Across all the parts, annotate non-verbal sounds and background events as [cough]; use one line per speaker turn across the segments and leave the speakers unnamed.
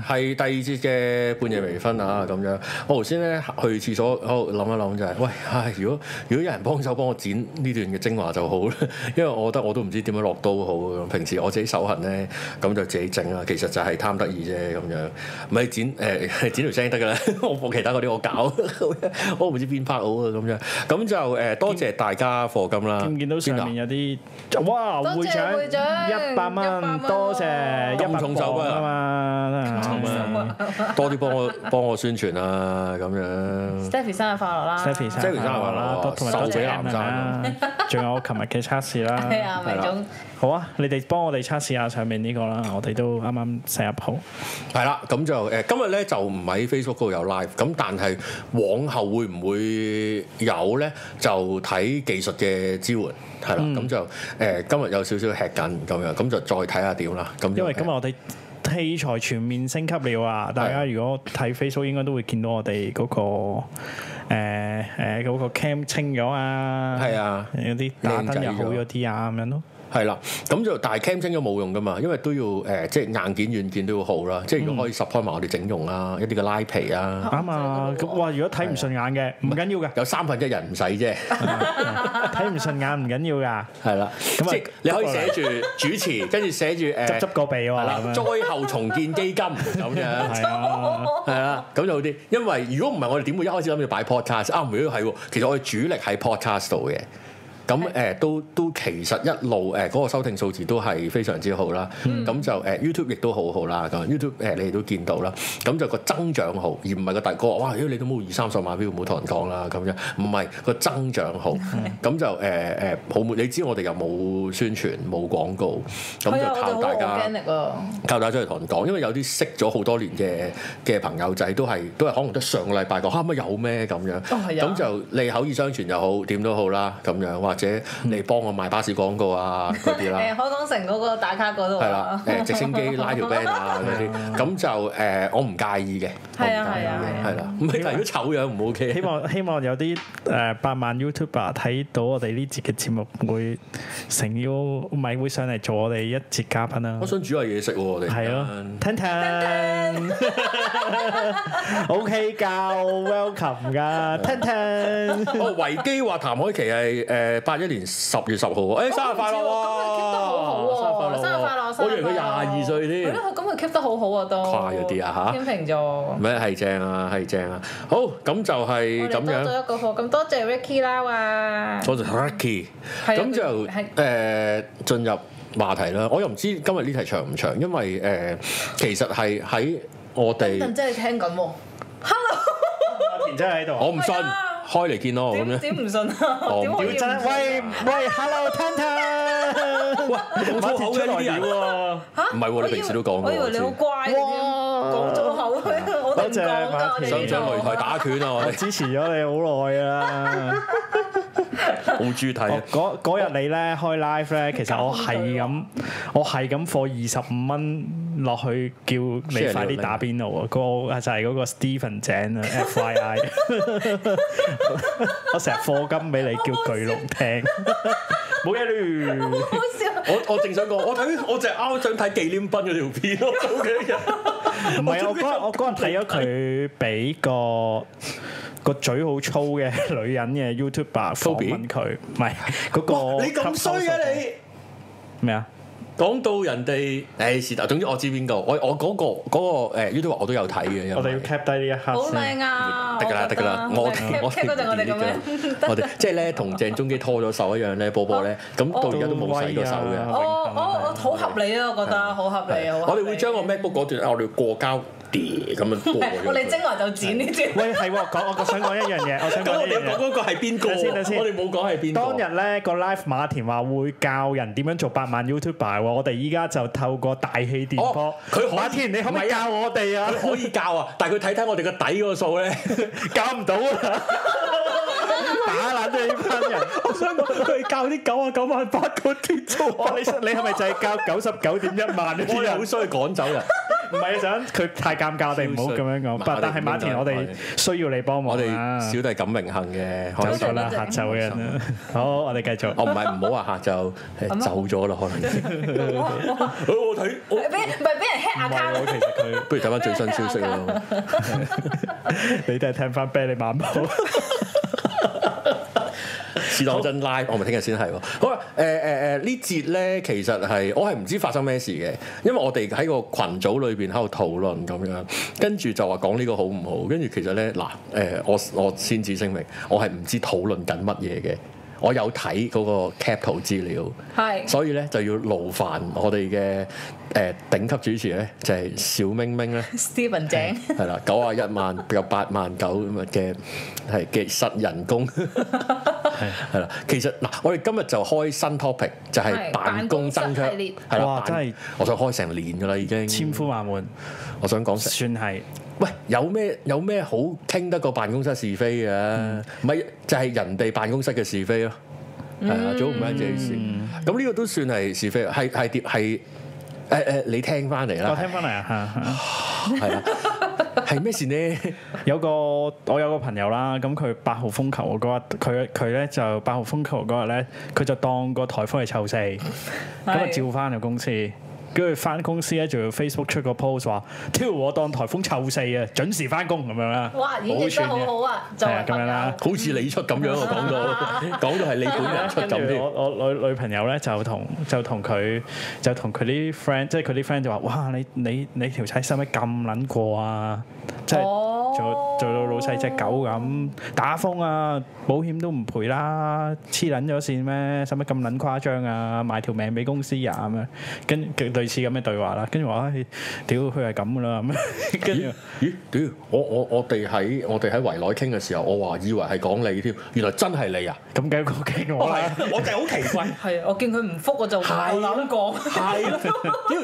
係第二節嘅半夜微醺啊，咁樣。我頭先咧去廁所，我諗一諗就係、喂，唉，如果如果有人幫手幫我剪呢段嘅精華就好啦， [laughs] 因為我覺得我都唔知點樣落刀好啊咁。平時我自己手痕咧，咁就自己整啦。其實就係貪得意啫，咁樣。唔係剪誒、 [laughs] 呃剪條聲得㗎啦， [laughs] 我冇其他嗰啲我搞， [laughs] 我唔知邊 part 好啊咁樣。咁就誒、呃多謝大家課金啦。
見唔見到上
邊個啊
面有啲哇
多謝
會長
會長
一百
100
蚊
蚊，
多謝一
咁
百
重手啊
磅啊嘛，
啊
多啲幫我幫我宣傳啊，咁樣。
Stephy 生日快樂啦
Stephy 生日
生日
快樂啦，多同埋多
手
謝
指
M
男
啦
生，啊
仲有我琴日嘅測試啦，
係啊，
係
明
啦
總
好啊，你哋幫我哋測試下上面呢個啦，我哋都啱啱 set up 好，
係啦，咁就誒、呃今日咧就唔喺 Facebook 嗰度有 live，咁但係往後會唔會有咧？就睇技術嘅支援係啦，
嗯
咁、就誒、今日有少少吃緊咁樣，咁就再睇下點啦。咁就
因為今日我哋。器材全面升級了啊！大家如果睇 Facebook 應該都會見到我哋嗰、個誒誒嗰個 cam 清咗啊，
係啊
有啲打燈又好咗啲啊咁樣咯。
係啦，咁就但係 cam 清咗冇用噶嘛，因為都要誒、即係硬件軟件都要好啦，即係如果可以 support 埋我哋整容啊，一啲嘅拉皮啊，
啱嗯啊！咁哇，如果睇唔順眼嘅唔緊要嘅，
有三分一人唔使啫，
睇唔順眼唔緊要㗎，
係啦，
咁啊
即係你可以寫住主持，跟住寫住誒
執執個鼻喎
係啦
咁，樣。
災後重建基金咁樣。
係啊，
係啦，咁就好啲。因為如果唔係，我哋點會一開始諗住擺 podcast 啊？唔係，係喎。其實我哋主力喺 podcast 度嘅。咁誒、呃都都其實一路誒嗰、個收聽數字都係非常之好啦。咁、
嗯
就誒、呃 YouTube 亦都好好啦。咁 YouTube 誒、呃你哋都見到啦。咁就個增長好，而唔係個大哥哇！咦你都冇二三十萬標，唔好同人講啦咁樣。唔係個增長好，
嗯
咁就誒誒好冇。你知我哋又冇宣傳冇廣告，咁
係
就
啊，我哋
靠
好
大家。
organic 啊，
靠大家出嚟同人講，因為有啲識咗好多年嘅嘅朋友仔都係都係可能得上個禮拜講嚇乜有咩咁樣，
哦係
咁、
啊
就你口耳相傳又好，點都好啦咁樣，或者
嗯
你幫我賣巴士廣告啊嗰
[laughs]
啲啦。
誒海港城嗰個打卡嗰度
係啦
啊，，
誒直升機拉條 band 啊嗰
[laughs]
啲，咁就誒我唔介意嘅，我唔介意
係啊係啊係
嘅
啊
係啦，唔係但係如果醜樣唔 OK，
希望希望有啲誒百萬 YouTuber 睇到我哋呢節嘅節目，會成邀唔係會上嚟做我哋一節嘉賓啦
我。想煮下嘢食喎，我哋
係咯
陣間，
聽聽
嗯
，OK 教 welcome 噶，聽聽。
哦，維基話譚凱琪係誒八一年十月十號
哦
喎，誒生日快樂
咁佢啊 keep 得好好喎，生日快樂，生
我以為
日快
佢
樂
廿二歲
係
添。
咯，佢咁佢 keep 得好好啊，都
跨咗啲啊嚇
天秤座。
咩係正啊，係正啊。好，咁就係
我
咁
哋多
樣。
咗一個課，咁多謝 Ricky 啦哇！
多謝 Ricky，
係啊
咁就
佢
誒進入話題啦。我又唔知今日呢題長唔長，因為誒、其實係喺我哋
但，真係聽緊喎，
哦
阿田真係喺度
我唔信，
係啊
開嚟見咯咁樣。
點點唔信啊？
哦
[laughs] 點可以唔信
真
啊
喂喂，Hello 聽聽。
喂，
馬田出來了
嚇
唔係喎你
我以為
平時都講嘅
我以為你好乖嘅添，
哇
講粗口，我哋唔
多謝
講㗎，我
馬
哋
田
想唔
呢
想擂
度
台打拳啊？我
我
哋
[laughs] 支持咗你好耐啦。
[laughs] 好豬啊睇
哦嗰嗰日你咧開 live 咧，其實我係咁，我係咁放二十五蚊落去叫你快啲打邊爐啊！嗰個就係嗰個 Steven
[laughs]
井啊，FYI，我成日課金俾你叫巨龍聽，冇嘢亂。
[laughs] 好笑。
我我正想講，我睇我就係啱想睇紀念賓嗰條片咯。 [laughs]
唔係我嗰日我嗰日睇咗佢俾個個嘴好粗嘅 [laughs] 女人嘅 YouTuber 訪
Kobe？
問佢，唔係嗰個
你咁衰嘅你！
你咩啊？
講到人哋，誒是但，總之我知邊個，我我嗰、個嗰、個誒 YouTube 我都有睇嘅，因為
我哋要 cap 低呢一刻
好
先。
靚啊！
得㗎啦，得㗎啦，我哋我
cap
哋
嗰陣我哋
delete
咁樣
㗎，我哋即係咧同鄭中基拖咗手一樣咧，波波咧，咁到而家都冇洗過手
都威啊
嘅。
我我我好合理啊，我覺得好合理啊！好合
我
理
哋會將個 MacBook 嗰段，啊我哋過膠碟咁樣過咗佢。
我哋精華就剪呢啲。
喂，係喎，講我想講一樣嘢，我想
咁
講
我
一
哋
樣
講
嘢。
嗰個係邊個？
等先等先
我哋冇講係邊個。
當日咧個 live 馬田話會教人點樣做百萬 YouTuber 喎，我哋依家就透過大氣電波
哦，佢可以
馬田你可唔可以教我哋啊
佢？可以教啊，但係佢睇睇我哋個底嗰個數咧，
教唔到啊！打撚呢班人，
我想講佢教啲九啊九萬八個跌數，
哦哇！你你係咪就係教九十九點一萬嗰啲
我哋好
人？ [laughs]
衰趕走人。
唔係啊想佢太尷尬，我哋唔好咁樣講。
唔係
但但係
我哋
馬田，我哋需要你幫忙
我哋
啊
小弟咁榮幸嘅，
走
開心
咗啦，嚇走人啦。好，我哋繼續。
哦，唔係唔好話嚇就誒走咗啦，可
[laughs]
能。哦我睇
啊
我
俾唔係俾人 hack
唔係
account，
喎，其實佢
不如睇翻最新消息
[laughs]
咯。
你都係聽翻啤你晚報。
是當真 live，我咪聽日先係喎。好啦，誒誒誒呢節咧，其實係我係唔知發生咩事嘅，因為我哋喺個群組裏邊喺度討論咁樣，跟住就話講呢個好唔好，跟住其實咧嗱誒，我我先至聲明，我係唔知討論緊乜嘢嘅，我有睇嗰個 cap 圖資料。
係
所以咧就要勞煩我哋嘅誒頂級主持咧，就係、小明明
[laughs]
咧，
Steven 井
係啦，九啊一萬有八萬九咁啊嘅係嘅實人工係啦。其實嗱，我哋今日就開新 topic，就係
係
辦公
辦公室
增強
系列，
係啦，
哇
辦
真係
我想開成年㗎啦已
[laughs]
經
千。呼萬喚，
我想講成，
算係
喂，有咩有咩好傾得過辦公室是非嘅？唔係、就係人哋辦公室嘅是非咯。係啊，早唔關自己事。咁呢個都算係是非，啊係係碟係誒誒，你聽翻嚟
我
啦，
聽翻嚟啊嚇。
係啦，係咩事 [laughs] 呢？
有個我有個朋友啦，咁佢八號風球嗰日，佢佢咧就八號風球嗰日咧，佢就當個颱風係臭四，咁啊照翻入公司，跟住翻公司咧就要 Facebook 出個 post 話，挑我當颱風臭四啊，準時翻工咁樣啦，
哇演繹得好好啊，作為朋
係啊咁樣啦
友。
好似你出咁樣 [laughs] 啊！講到講到係你本人出
跟
咁
住
添。
我我女女朋友咧就同就同佢就同佢啲 friend，即係佢啲 friend 就話：哇！你你你條仔使唔使咁撚過啊？即係
哦
做做到老細只狗咁打風啊，保險都唔賠啦，黐撚咗線咩？使乜咁撚誇張啊？賣條命俾公司啊咁樣，跟跟類似咁嘅對話啦。跟住話：唉，屌佢係咁噶啦咁樣。跟住
咦咦屌！我我我哋喺我哋喺圍內傾嘅時候，我話以為係講你添，原來真係你啊！
咁梗係講緊我
我
啦
哦係。我就係好奇怪，
係啊，我見佢唔覆我就冇
係啦
諗講。
係啦，屌！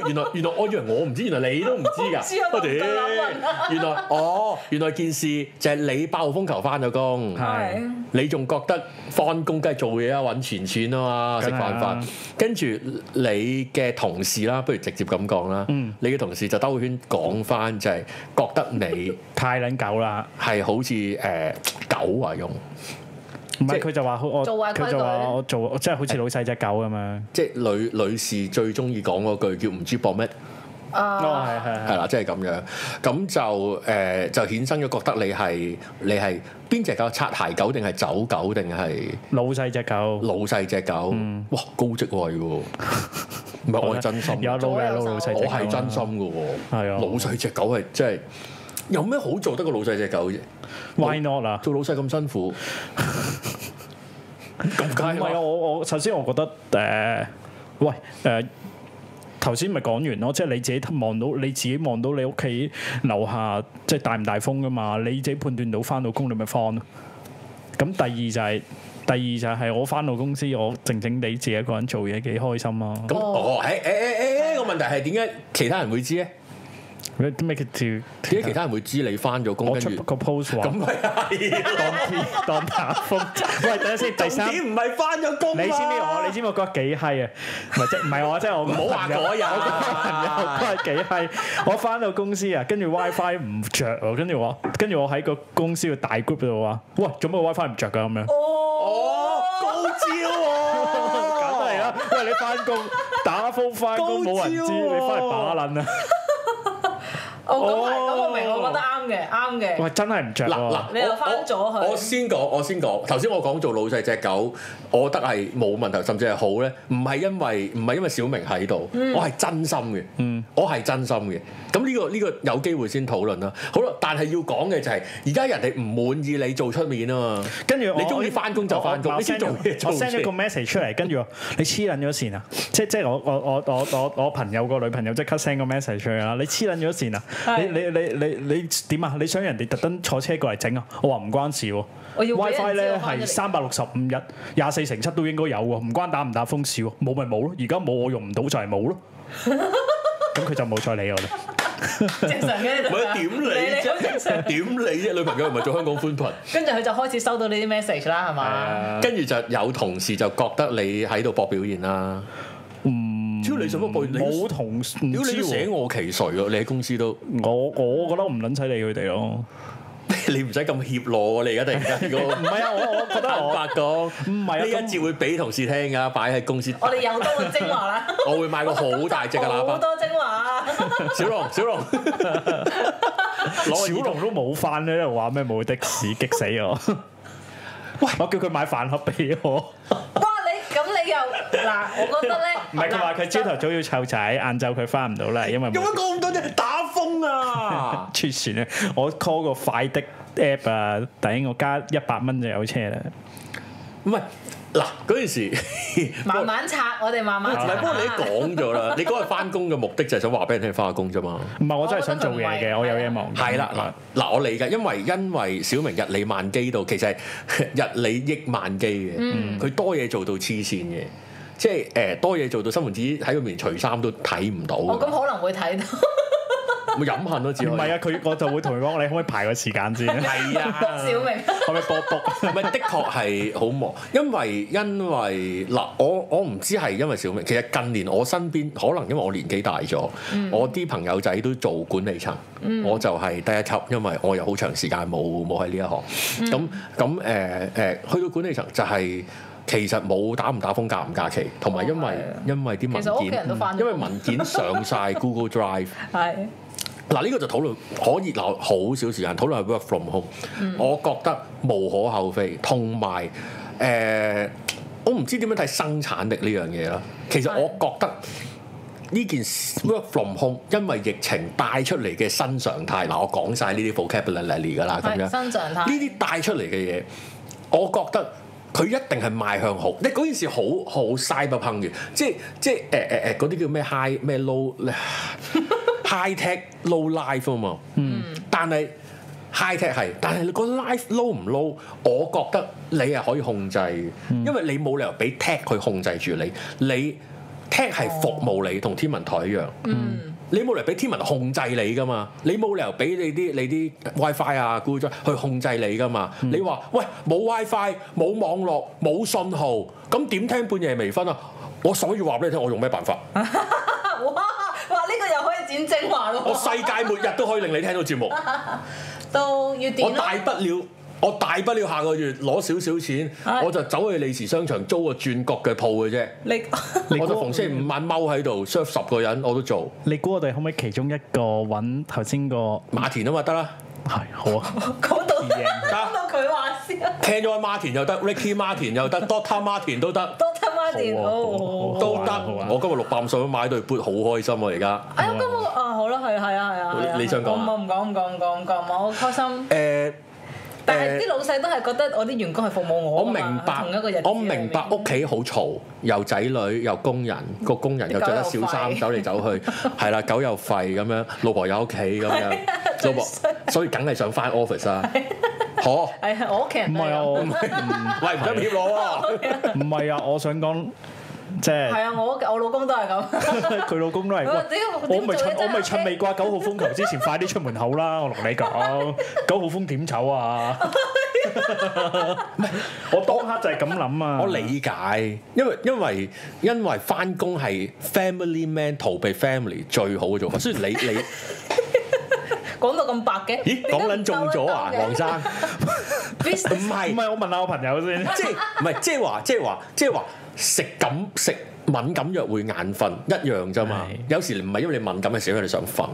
原來原來我以為我唔知，原來你都唔知㗎。
知我都唔夠膽
屌！原來哦，原來件事就係你爆風球翻咗工。
係
係
你仲覺得翻工梗係做嘢啊，揾錢錢啊嘛，食
梗係
飯
啦
飯。跟住你嘅同事啦，不如直接咁講啦。你嘅同事就兜圈講翻，就係覺得你
太撚狗啦！
係好似誒、狗啊用，
唔係
即係
佢就話好我
做壞規矩
佢就話我做我即係好似老細只狗咁樣。
即係女女士最中意講嗰句叫唔知搏咩，
哦，
啊，
係係
係啦，即係咁樣。咁就誒、就衍生咗覺得你係你係邊只狗？擦鞋狗定係走狗定係？
老細只狗，
老細只狗，
嗯
哇高職位喎，唔係我係真
[laughs]
心，
有老嘅老老細隻狗
我係真心嘅喎，
係啊
老細只狗係真係有咩好做得過老細只狗啫？
，why not 啊啦？
做老細咁
[laughs]
辛苦，咁
唔
梗
係
係
啊，
啦
我我首先我覺得誒、喂誒。頭先咪講完咯，即係你自己望到你自己望到你屋企樓下即係大唔大風噶嘛，你自己判斷到翻到工你咪放咯。咁第二就係、第二就係我翻到公司，我靜靜地自己一個人做嘢幾開心啊！
咁哦，誒誒誒誒，個問題係點解其他人會知咧？
你咩叫調
點解其他人會知你翻咗工，
我
跟
出啊
住
個 post 話
咁 [laughs] 咪係啊？
當天當打
[laughs]
風，喂，等下先，第
重
三，你知
點唔係翻咗工啊
唔知我？你知
知
唔知我覺得幾閪啊？唔係即唔係我，即係我唔
唔好話嗰日
我嗰日幾閪，我翻到公司啊，跟住 WiFi 唔着喎，跟住我，跟住我喺個公司嘅大 group 度話，喂，做乜 WiFi 唔着㗎咁樣？
哦，高
哦
招喎，
簡單嚟啦，喂，你翻工打風翻工冇人知，
高招
你
喎
翻嚟把撚啊！
哦咁係咁我明，我覺得啱嘅，啱嘅。
喂，真係唔着
嗱嗱
喎，，
你又
我
返咗
我
佢
我先講，我先講。頭先我講做老細只狗，我覺得係冇問題，甚至係好咧。唔係因為唔係因為小明喺度，我係真心嘅，我係真心嘅。咁呢、個呢、個有機會先討論啦。好啦，但係要講嘅就係而家人哋唔滿意你做出面啊嘛。
跟住我
你中意返工就返工
我我
你中意做嘢就
我
做嘢
send 咗個 message 出嚟，跟住我你黐撚咗線啊！即即我我我我我我朋友個女朋友即刻 send 個 message 出嚟啦！你黐撚咗線啊！你
係
你你你你點啊？你想人哋特登坐車過嚟整啊？我話唔關事喎。
我要俾人知
WiFi
我
咧
返咗
係
嚟
三百六十五日，廿四乘七都應該有喎，唔關打唔打風事喎，冇咪冇咯。而家冇我用唔到就係
[laughs]
冇咯。咁佢就冇再理我啦。
正常嘅，你
唔
都
係
係
點
你
你
好正
啫？
[laughs] 常。
點你啫？女朋友唔係做香港寬頻，
跟住佢就開始收到呢啲 message 啦，係嘛？
跟住就有同事就覺得你喺度搏表現啦。
嗯，
超你上乜報你
冇同唔知
屌你都寫
喎。
我其誰喎？你喺公司都 [laughs]
我我覺得我唔撚使理佢哋咯。
你唔使咁怯懦喎，你而家突然間
唔係啊，我我覺得
坦
我
白講，唔
係啊
呢一
咁
節會俾同事聽㗎，擺喺公司。
我哋有多個精
[laughs]
華啦，
我會買個好大隻嘅喇
好
叭，
多精華啊！
小龍小龍，
[laughs] 小
攞個耳
龍
筒
都冇翻咧，話咩冇的士激死我。喂，我叫佢買飯盒俾我，
哇！你咁你又嗱，我覺
[laughs]
得咧，
唔係佢話佢朝頭早要湊仔，晏晝佢翻唔到啦，因為
有
冇
乜講咁多啫？打風啊！
黐線啊！我 call 個快的 app 啊，頂我加一百蚊就有車啦。
唔係嗱嗰陣時，
慢慢拆，我哋慢慢
啊唔
拆。
係不過你都講咗啦，你嗰日翻工嘅目的就係想話俾人聽翻下工啫嘛。
唔係我真係想做嘢嘅，我
我覺
有
得佢
嘢
唔
忙。
係啦，嗱嗱我理解，因為因為小明日理萬機到，其實係 [laughs] 日理億萬機嘅，
嗯
佢、多嘢做到黐線嘅，即係誒、多嘢做到新門子喺佢面除衫都睇唔到
我哦咁
嘅，
可能會睇到，
咪飲恨咯，只可
唔
以
係啊，佢我就會同佢講，你可唔可以排個時間先？
[laughs] 係啊。
[laughs] 小明。
可唔可以
[laughs]
波卜？
咪的確係好忙，因為因為嗱，我我唔知係因為小明，其實近年我身邊可能因為我年紀大咗，
嗯
我啲朋友仔都做管理層，我就係第一級，因為我有好長時間冇冇喺呢一行，
嗯
咁咁誒誒，去到管理層就係、其實冇打唔打風假唔假期，同埋因為、
哦係啊
因為啲
其實我屋
文
企人
件
都翻，咗
因為文件上晒 Google Drive。
係
嗱，呢個就討論可以留好少時間討論係 work from home，、我
嗯
覺得無可厚非，同埋誒，我唔知點樣睇生產力呢樣嘢啦。其實
係
我覺得呢件 work from home 因為疫情帶出嚟嘅新常態，嗱，我講晒呢啲 vocabulary 㗎啦，咁樣
係新常
呢
態，
啲帶出嚟嘅嘢，我覺得佢一定係賣向好。你嗰件事好好嘥不烹嘅，即係即係誒誒誒嗰啲叫咩 high 咩 low 咧 [laughs] high tech low life 啊嘛。嗯，但係 high tech 係，但係你個 life low 唔 low，我覺得你係可以控制嘅，因為你冇理由俾 tech 去控制住你，你 tech 係服務你，同天文台一樣。
嗯，
你冇理由俾天文控制你噶嘛？你冇理由俾你啲你啲 WiFi 啊、Google Drive 去控制你噶嘛？
嗯
你話喂冇 WiFi、冇網絡、冇信號，咁點聽半夜微醺啊？我所以話俾你聽，我用咩
[laughs]
辦法？
啊哇哇！呢個又可以剪精
我
華咯，
世界末日都可以令你聽到節目，
都
我
要啊點啊啦
大。不了。我大不了下個月攞少少錢，
係
我就走去利時商場租個轉角嘅鋪嘅啫。
你 [laughs]
我就逢星期五晚踎喺度 serve 十個人，我都做
你估我哋可唔可以其中一個揾頭先個
馬田啊嘛得啦，
係好啊？
講到 [laughs] 講到佢話先，啊
聽咗 Martin 又得，Ricky Martin 又得，Doctor Martin 都得。
多睇翻
好
電
啊好啊
腦。
都
好
得
玩好，玩
我今日六百五十蚊買對杯，好開心啊！而家
哎呀，咁我啊好啦，係啊係啊係啊係啊，
你想講
我
啊
唔我唔講唔講唔講唔講，我開心。
誒，
但係啲老細都係覺得我啲員工係服務我
我
㗎嘛，
明白
同一個日子，
我明白
裏面
屋企好嘈，又仔女又工人，個工人又着得少衫，
啲
走
狗
嚟走 [laughs] 去，係啦，狗又吠咁樣，老婆又喺屋企咁樣，老
最
婆
衰
所以梗啊係想翻 office 啊啦，可
係啊我屋企人
唔
都係
係啊，
咁
我
喂唔使貼我喎，
唔係啊，我想講即係。
係啊，我我老公都係咁。 [laughs]
佢老公都係，
佢話點
喂我咪
點做
趁
嘢啫
我咪趁未掛九號風球之前，快啲出門口啦！我同你講，九號風點走
[laughs]
啊？我當刻就係咁諗啊！
[laughs] 我理解，因為因為因為翻工係 family man 逃避 family 最好嘅做法，雖然你你 [laughs]
講到咁白嘅，
咦講撚中咗啊，黃生唔係
唔。係我問下我朋友先，
[laughs] 即係唔係即係話即係話即係話食感食敏感藥會眼瞓一樣啫嘛
係。
有時唔係因為你敏感嘅時候，因為你想瞓。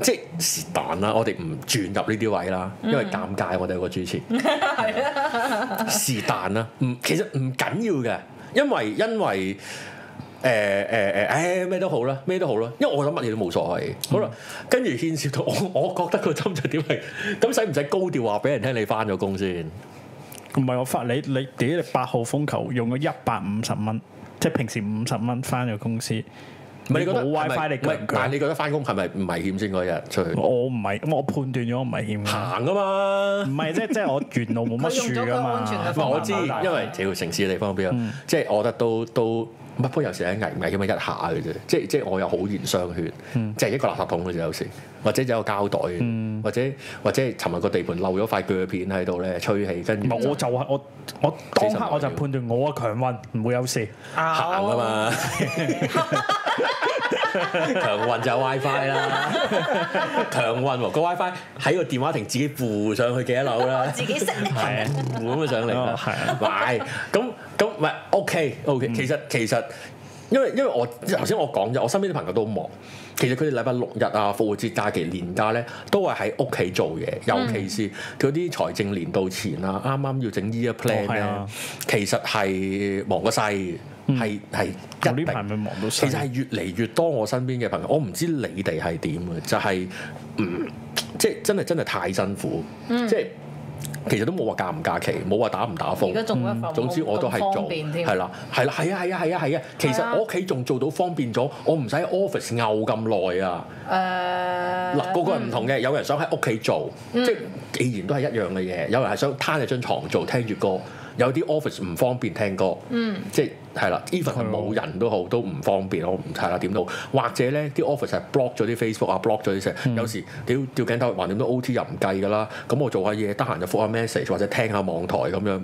即係是但啦，我哋唔轉入呢啲位啦，因為尷尬，我哋有個主持。是但啦，唔其實唔緊要嘅，因為因為誒誒誒，誒咩都好啦，咩都好啦，因為我諗乜嘢都冇所謂。好啦，跟住牽涉到我，我覺得個針就點係，咁使唔使高調話俾人聽你翻咗工先？
唔係我發你你屌你八號風球用咗一百五十蚊，即係平時五十蚊翻咗公司，
唔係你覺得
冇
係咪
WiFi 你
唔係
強唔
但係
強？
你覺得翻工係咪唔危險先嗰日出去
我唔係，我判斷咗我唔係欠嘅，
行啊嘛啊
唔？係即係即係我沿路冇乜
佢
樹
用咗
噶
個
嘛
安全嘅。
唔係
方法
我知，
慢慢
因為條城市嘅地方邊有，即係我覺得都都乜不過有時係危唔危險係一下嘅啫，即係即係我又好言相勸，即係一個垃圾桶嘅啫有時，或者有一個膠袋嘅或者或者尋日個地盤漏咗塊鋸片喺度咧，吹氣跟
唔
住
係我就係我我當刻我就判斷我啊強運唔會有事。
行啊嘛。 [laughs] 強運就有 WiFi 啦，強運喎個 WiFi 喺個電話亭自己附上去幾多樓啦，
自己
[laughs]
識
係啊，換咁上嚟啦，
哦係啊嗯
係咁咁唔係 OK OK，其實其實因為因為我頭先我講咗，我身邊啲朋友都好忙。其實佢哋禮拜六日啊、復活節假期、年假咧，都係喺屋企做嘢，
嗯
尤其是嗰啲財政年度前啊，啱啱要整 year plan
哦
咧、
係啊
其實係忙個勢，係係、
我
一
呢
定
排咪忙到死
其實係越嚟越多我身邊嘅朋友，我唔知你哋係點嘅，就係、嗯，即係真係真係太辛苦，
嗯
即係其實都冇話假唔假期，冇話打唔打
而家
風。
仲一份，
總之我都係
咁
做，
方便添
係啦，係啦，係啊，係啊，係啊，係啊。其
係啊
實我屋企仲做到方便咗，我唔使 office 漚咁耐啊。
誒
嗱，個個人唔同
嗯
嘅，有人想喺屋企做，即係既然都係一樣嘅嘢，有人係想攤喺張床做聽住歌，有啲 office 唔方便聽歌，嗯，即係係啦，even 係冇人都好都唔方便，我唔係啦點都好，或者咧啲 office 係 block 咗啲 Facebook 啊，block 咗啲嘢，有時屌吊頸頭橫掂都 OT 又唔計㗎啦，咁我做下嘢，得閒就覆下 message 或者聽下網台咁樣，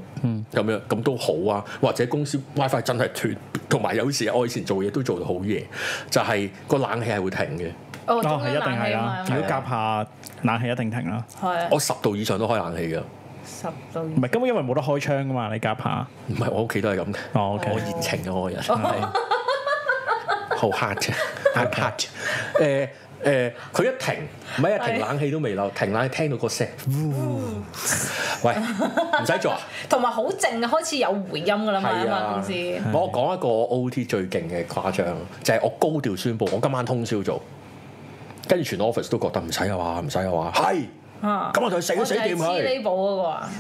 咁樣咁都好啊，或者公司 WiFi 真係斷，同埋有時啊我以前做嘢都做到好夜，就係個冷氣係會停嘅。
哦，
哦，
中
係
央
一定
冷氣
係
啊
啦
嘛，
如
係
果夾下冷氣一定停啦。
係啊
我十度以上都開冷氣㗎，
十度
唔係根本因為冇得開窗噶嘛，你夾下。
唔係我屋企都係咁嘅。
哦，OK，
我熱情啊，我個人係好 hard [laughs] 嘅，hard hard 誒誒，佢一停，唔係一停
係
冷氣都未漏，停冷氣聽到個聲，嗯喂，唔使做 [laughs] 啊！
同埋好靜啊，開始有回音㗎啦嘛，
係
啊嘛
啊
公司，
我講一個 OT 最勁嘅誇張，就係我高調宣布我今晚通宵做，跟住全 office 都覺得唔使啊嘛，唔使啊嘛，係。
啊
咁我就死都死掂佢
我就係黐呢寶嗰個啊，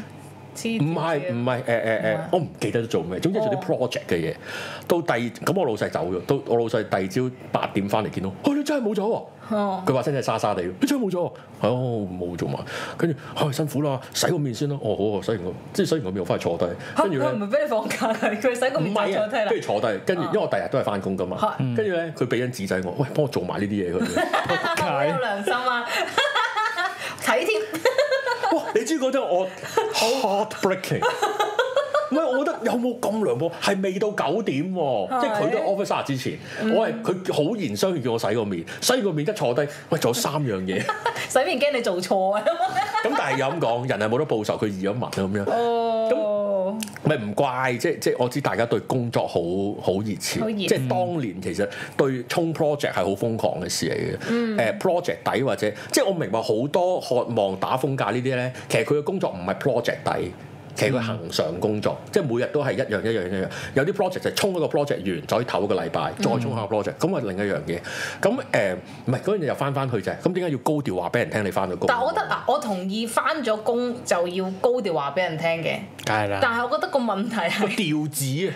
黐
唔係唔係誒哦誒誒，我唔記得咗做咩，總之做啲 project 嘅嘢。到第咁我老細走咗，到我老細第二朝八點翻嚟見到，哦你真係冇咗喎！
哦
佢話真係沙沙地，你真係冇咗喎，係哦冇做埋，跟住唉辛苦啦，洗個面先啦，哦好啊，洗完個即係洗完個面我翻去坐低，
嚇
跟住
佢
咧
唔。係俾你放假㗎，佢使個
唔
面罩
係
坐
啊
低啦，
跟住坐低，哦跟住因為我第日都係翻工噶嘛
嚇，
跟住咧佢俾張紙仔我，喂幫我做埋呢啲嘢佢。 [laughs]
[laughs] 好有良心
[laughs]
啊，體 [laughs] 貼
哇！你知嗰陣我 heartbreaking。唔係，我覺得有冇咁涼喎？係未到九點喎，即係嗯佢都 office hour 之前，我係佢好言相勸叫我洗個面，洗個面一坐低，喂，仲有三樣嘢。咁
洗面驚你做錯啊，
但係又咁講，人係冇得報仇，佢移咗民啊咁樣，
哦，
咪唔怪，即係即係我知大家對工作好好熱切，
好熱
即係當年其實對衝 project 係好瘋狂嘅事嚟嘅。誒、project
嗯
底或者即係我明白好多渴望打風假呢啲咧，其實佢嘅工作唔係 project 底。其實
嗯
佢恒常工作，即係每日都係一樣一樣一樣。有啲 project 就係衝一個 project 完，就可以唞一個禮拜，
嗯
再衝下個 project，咁係啊另一樣嘢。咁誒，唔係嗰樣嘢又翻翻去啫。咁點解要高調話俾人聽你翻咗工？
但我覺得嗱，我同意翻咗工就要高調話俾人聽嘅，
梗係
[laughs]
啦，
但係我覺得個問題係。
[laughs]
調子啊，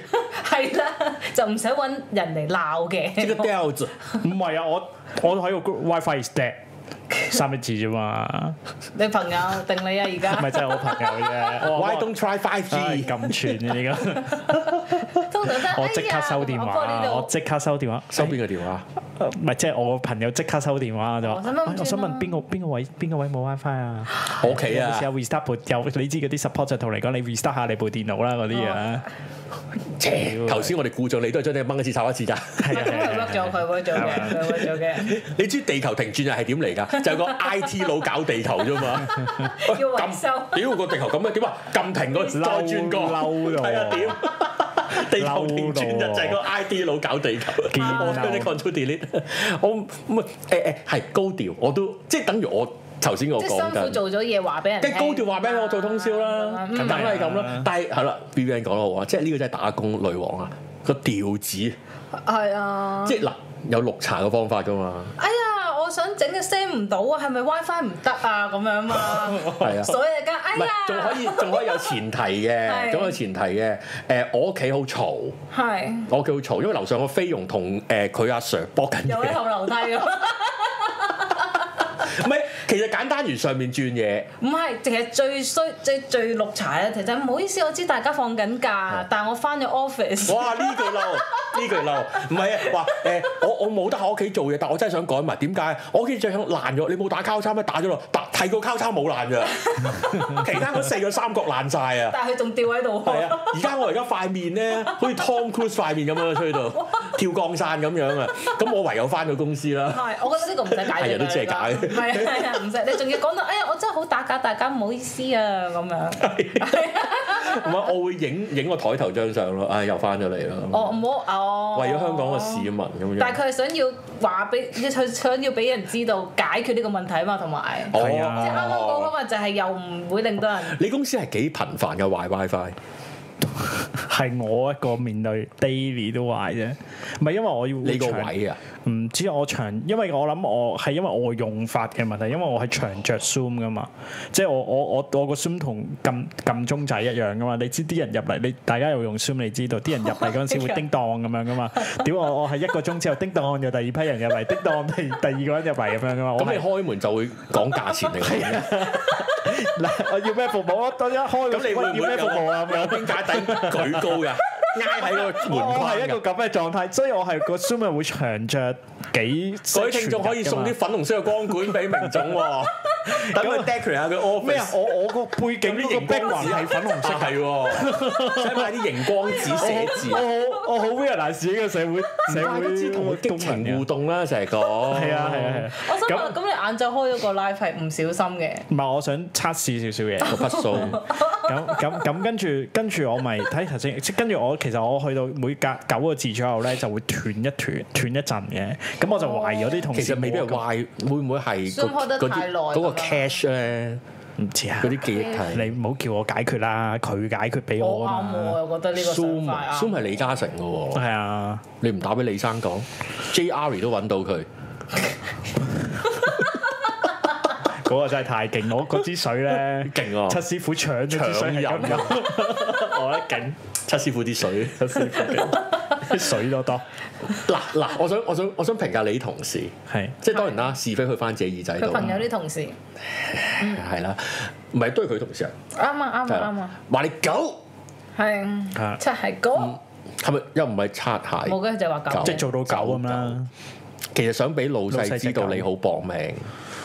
係啦，就唔使揾人嚟鬧
即
嘅。
係個調
[laughs]
子。
唔係啊，我我喺個 group WiFi is dead 三個字啫嘛，
你朋友定你啊？而
唔係
家
真係我朋友啫。我
[laughs] Why don't try five
唉咁
G？
串嘅而家，
通常都係
我即刻收電
哎呀
話，
我
我
幫你
即刻收電話，
收邊個電話？
呃唔係即係我個朋友即刻收電話就
我
話
想問，
哎我想問邊個邊個位邊個位冇 WiFi 啊？
我屋企
有
啊
時，有 restart 部有你知嗰啲 support 就同你講你 restart 下你部電腦啦嗰啲嘢啊，
切頭先我哋故障你都係將你掹一次炒一次咋？
係
度咁佢 block 咗佢嗰組嘅，佢嗰組嘅
你知地球停轉又係點
[laughs]
嚟㗎？就係個 I T 佬搞地球啫嘛。喂
[laughs] 要維修
撳屌個地球咁啊？點啊？撳停
[laughs]
個再轉個，
嬲到
係啊屌！
[laughs]
地球停轉
嬲到
日就係個 I T 佬搞地球。
見嬲
我將啲 control delete，我 [laughs] 唔唔係誒誒係高調，我都即係等於我頭先我
即係
講
辛苦
緊。
做咗嘢話俾人
即
聽。
係高調話俾我做通宵啦，
咁
梗
樣嗯
係咁啦。但係係啦，B B N 講得好啊，即係呢個真係打工女王啊，個調子，
係啊。
即係嗱有綠茶嘅方法噶嘛，
哎呀，我想整嘅 send 唔到啊，係咪 WiFi 唔得啊？咁樣嘛。
[laughs] 係啊。
所以梗哎
唔
呀
係，，仲可以仲可以有前提
係
嘅，仲有前提嘅。誒，我屋企好嘈，
係
我屋企好嘈，因為樓上個菲傭同誒佢阿 Sir 搏緊
又喺
嘢。
後樓梯咁。
唔係，其實簡單如上面轉嘢，
[laughs] 唔係，其實最衰即係最綠茶啊咧，其實唔好意思，我知大家放緊假，但我翻咗 office。
哇！呢句嬲，呢句嬲，唔係啊！話誒，我我冇得喺屋企做嘢，但我真係想改埋。點解？我屋企最響爛咗，你冇打交叉咩？打咗咯，打剃個交叉冇爛咋， [laughs] 其他嗰四個三角爛晒啊！啊
但係佢仲吊喺度喎。啊
係啊！而家我而家塊面咧，好似 Tom Cruise 塊面咁樣吹到，跳江山咁樣啊！咁我唯有翻到公司啦。
係，我覺得呢個唔使解
係
釋
人都知係假嘅
係啊係啊，唔使你仲要講到，哎呀，我真係好打假，大家唔好意思啊
[laughs]
咁樣。
唔係，啊我會影影個台頭張相咯。唉，又翻咗嚟啦。
我唔好哦。
為咗香港嘅市民咁
但
樣。
係佢係想要話俾，佢想要俾人知道解決呢個問題啊嘛，同埋
哦
係啊
即係啱啱講嗰個就係又唔會令到人
你公司係幾頻繁嘅壞 WiFi？
係我一個面對 daily 都壞啫，唔係因為我要
你個
長
位啊？
唔知我長，因為我諗我係因為我用法嘅問題，因為我係長着 Zoom 噶嘛，即係我我我我個 Zoom 同撳撳鐘仔一樣噶嘛，你知啲人入嚟，你大家又用 Zoom，你知道啲人入嚟嗰陣時
[laughs]
會叮當咁樣噶嘛，屌我我係一個鐘之後叮當又第二批人入嚟，叮當第第二個人入嚟咁樣噶嘛，我
咁
係
你開門就會講價錢嚟嘅。
嗱 [laughs] 我要咩服務啊？當一開
咁你會唔
要
會
咩服務啊？咁樣
有邊架頂舉高 [laughs] 㗎？挨喺哦個門
我我
框
係一
㗎。
個咁嘅狀態，所以我
[laughs]
係個 Zoom 係會長着幾，
各位聽眾可以送啲粉紅色嘅光管俾明總 [laughs] 喎，等佢 decorate 下佢 office。
咩啊？我我個背景
啲
嗰個
熒光啊
background
紙
係粉紅色
色。係喎，使買啲熒光紙寫字。
我
啊
好我好 realize 自己嘅社會社
哦大家
會
都知同佢激情啊互動啦，成日講。
係啊係啊係啊。
我想問，
咁
咁你晏晝開咗個 live 係唔小心嘅？
唔係我想測試少少嘢。
個 [laughs] 匹數
咁咁咁跟住跟住我咪睇頭先，即跟住我其實我去到每隔九個字左右咧就會斷一斷斷一陣嘅。咁我就懷疑有啲同
哦其
事
實未必係壞，會唔會係個
Zoom 開得
嗰
太
啲
耐
嗰個
咁樣
cache 咧，
唔知啊
嗰。啲記憶體
你唔好叫我解決啦，佢解決俾
我
我啊
啱喎，
嘛。
我覺得呢個想
？Zoom 啊
法啊
Zoom
啱。
係李嘉誠嘅喎，
係啊，
你唔打俾李生講，JR 都揾到佢。
嗰個真係太勁，我嗰支水咧
勁啊
七師傅搶咗支水係咁
搶飲
[laughs] 飲，我覺得勁，
七師傅啲水，
七師傅勁，啲水都多，
[laughs] 嗱嗱，我想我想我想評價你同事，
係。
即係當然啦，是非去翻自己耳仔
佢
度啦，
朋友啲同事
係啦，唔係都係佢同事啊，
啱啊啱
係
啊
啦
啱啊，
話你狗
啊
係即係
嗯
嗰
係咪又唔係擦鞋？
冇嘅就話
狗
咁，
即係做到狗咁啦，
其實想俾老
老細
細知道
隻狗嗯
你好搏命，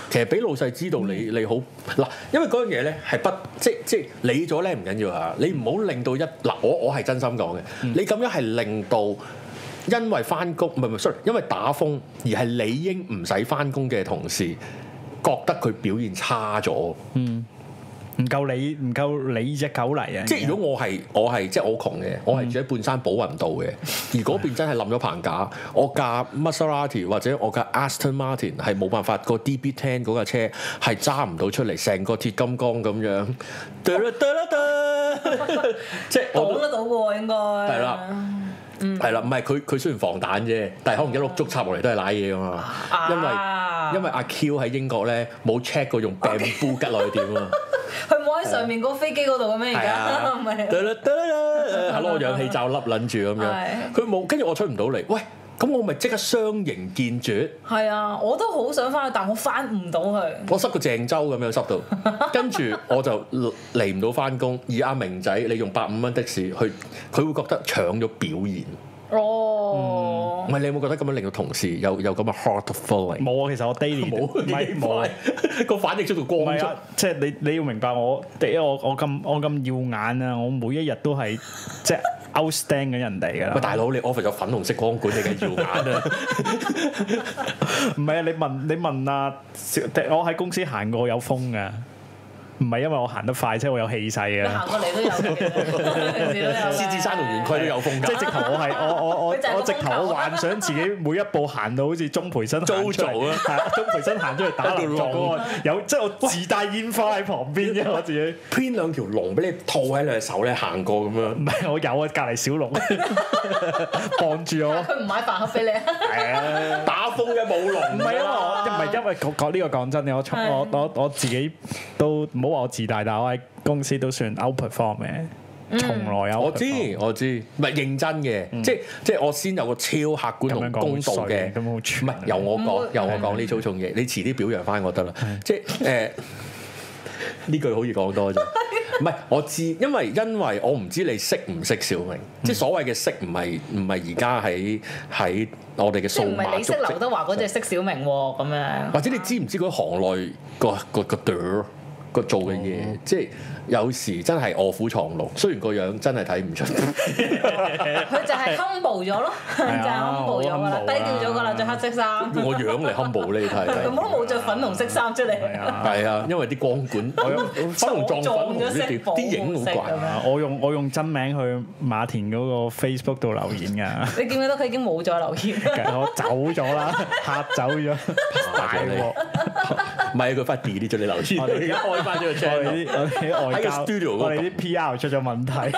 其實俾老細知道你你好嗱，因為嗰樣嘢咧係不即即理咗咧唔緊要啊，你唔好令到一嗱我我係真心講嘅，
嗯
你咁樣係令到因為翻工唔係唔係 sorry，因為打風而係理應唔使翻工嘅同事覺得佢表現差咗。
唔夠你唔夠你只狗嚟啊！
即係嗯如果我係我係即係我窮嘅，我係住喺半山寶雲道嘅，而嗰邊真係冧咗棚架，我架 Maserati 或者我架 Aston Martin 係冇辦法個 DB10 嗰架車係揸唔到出嚟，成個鐵金剛咁樣，噠啦噠啦噠 [laughs] 即係我
倒
都嗯
得到嘅喎應該。係
啦係啦，唔係佢佢雖然防彈啫，但係可能一碌竹插落嚟都係賴嘢㗎嘛，因為
啊
因為阿 Q 喺英國咧冇 check 過用 bamboo 吉落去點啊。
佢冇喺上面嗰個飛機嗰度嘅咩？而
係
家
啊，
唔
得
係
啦得啦啦，係咯，氧氣罩笠撚住咁
係
樣，佢冇，跟住我出唔到嚟，喂，咁我咪即刻雙形見絕，
係啊！我都好想翻去，但我翻唔到去。
我濕個鄭州咁樣濕
[laughs]
到，跟住我就嚟唔到翻工，而阿明仔你用百五蚊的士去，佢會覺得搶咗表現，
哦
唔，係你有冇覺得咁樣令到同事有有咁嘅 heart feeling？
冇啊，其實我
[laughs]
daily
冇，
唔係
幾
冇啊。
快個反應速度
唔
光
係
速
啊，，即係你你要明白我，第一我我咁我咁耀眼啊，我每一日都係即係 outstand 緊人哋㗎
喂
啦。
大佬你 office 有粉紅色光管，你梗係耀
[laughs]
眼啊！
唔係啊，你問你問啊，小我喺公司行過有風㗎，唔係因為我行得快，即係我有氣勢
你
㗎
行。過嚟都有嘅，
[laughs] 獅子山同
[laughs]
園區都有風
即係直
㗎，
頭我係我我我
佢就係個
我直頭
風
我
球
幻想自己每一步行到好似鍾培生行出嚟
Jojo 啊
係啊，鍾培生行出嚟打籃球嗰
[laughs]
個有即係我自帶煙花喺旁邊嘅我自己，
編兩條龍俾你套喺兩隻手咧行過咁樣。
唔係我有啊，隔離小龍 [laughs] 傍住我，
佢唔買飯盒俾你啊！
係啊。
打風嘅舞龍，
唔係啊因為我，唔係因為講講呢個講真嘅，我從
係
我我我自己都唔好話我自大，但係我喺公司都算 outperform 嘅，
嗯
從來有
我知我知，唔係認真嘅，即係即係我先有個超客
嗯咁
觀
樣
同
講
公道
好衰
嘅，
咁好
唔
串啊
係由我
唔會
講由我
係
講呢粗重嘢，你遲啲表揚翻我得啦，即係誒呢句好易
[laughs]
講多啫。唔係，我知，因為因為我唔知你識唔識小明，即
嗯
係所謂嘅識唔係唔係而家喺喺我哋嘅
即
數
係唔係
碼
你
足
識劉
跡，
德華嗰隻識小明喎咁樣。
或者你知唔知嗰啲行內個個個朵？個做嘅嘢，即係有時真係卧虎藏龍。雖然個樣真係睇唔出，
佢就係 humble 咗咯， [laughs] 就
啊
係 humble 咗噶
好，humble
啦
啊
低調咗噶啦，着黑色衫，
用個樣嚟 humble 你
咁我
睇。
都冇着粉紅色衫出嚟。
啊。
係啊，因為啲光管粉紅撞粉紅啲
[laughs]
啲影好怪。
啊！我用我用真名去馬田嗰個 Facebook 度留言㗎，
你見唔見到佢已經冇咗留言？
我走咗
[laughs]
啦，嚇走咗，大
咗你 [laughs]
鑊！
唔係佢快 delete 咗你留言，
我哋
而家開翻咗個
我
channel
哋。啲我哋啲外交，
喺個 studio 嗰度
我哋啲 PR 出咗問題，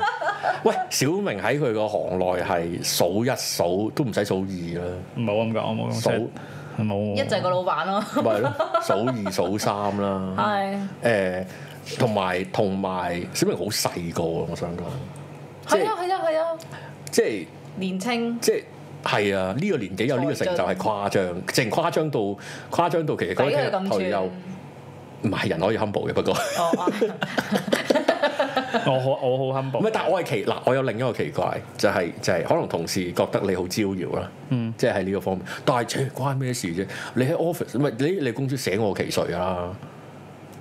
[laughs] 喂，小明喺佢個行內係數一數都唔使數二啦，
唔好咁講，唔好咁
數
講冇
一就係個老闆咯，
咪係咯，數二數三啦。
係
誒，同埋同埋小明好細個啊！我想講，即
係
係
啊係啊係啊，
即係
年青
即係。係啊，呢、個年紀有呢個成就係誇張，淨誇張到誇張到其實
抵
嗰
佢
日
咁
退休唔
轉。
係人可以 humble 嘅，
[laughs]
不過唔
哦哦，
我好我好 humble，
係，但係我係奇嗱，我有另一個奇怪就係、就係、可能同事覺得你好招搖啦，即係喺呢個方面，但係切關咩事啫？你喺 office 唔係你你公司寫我其誰啦，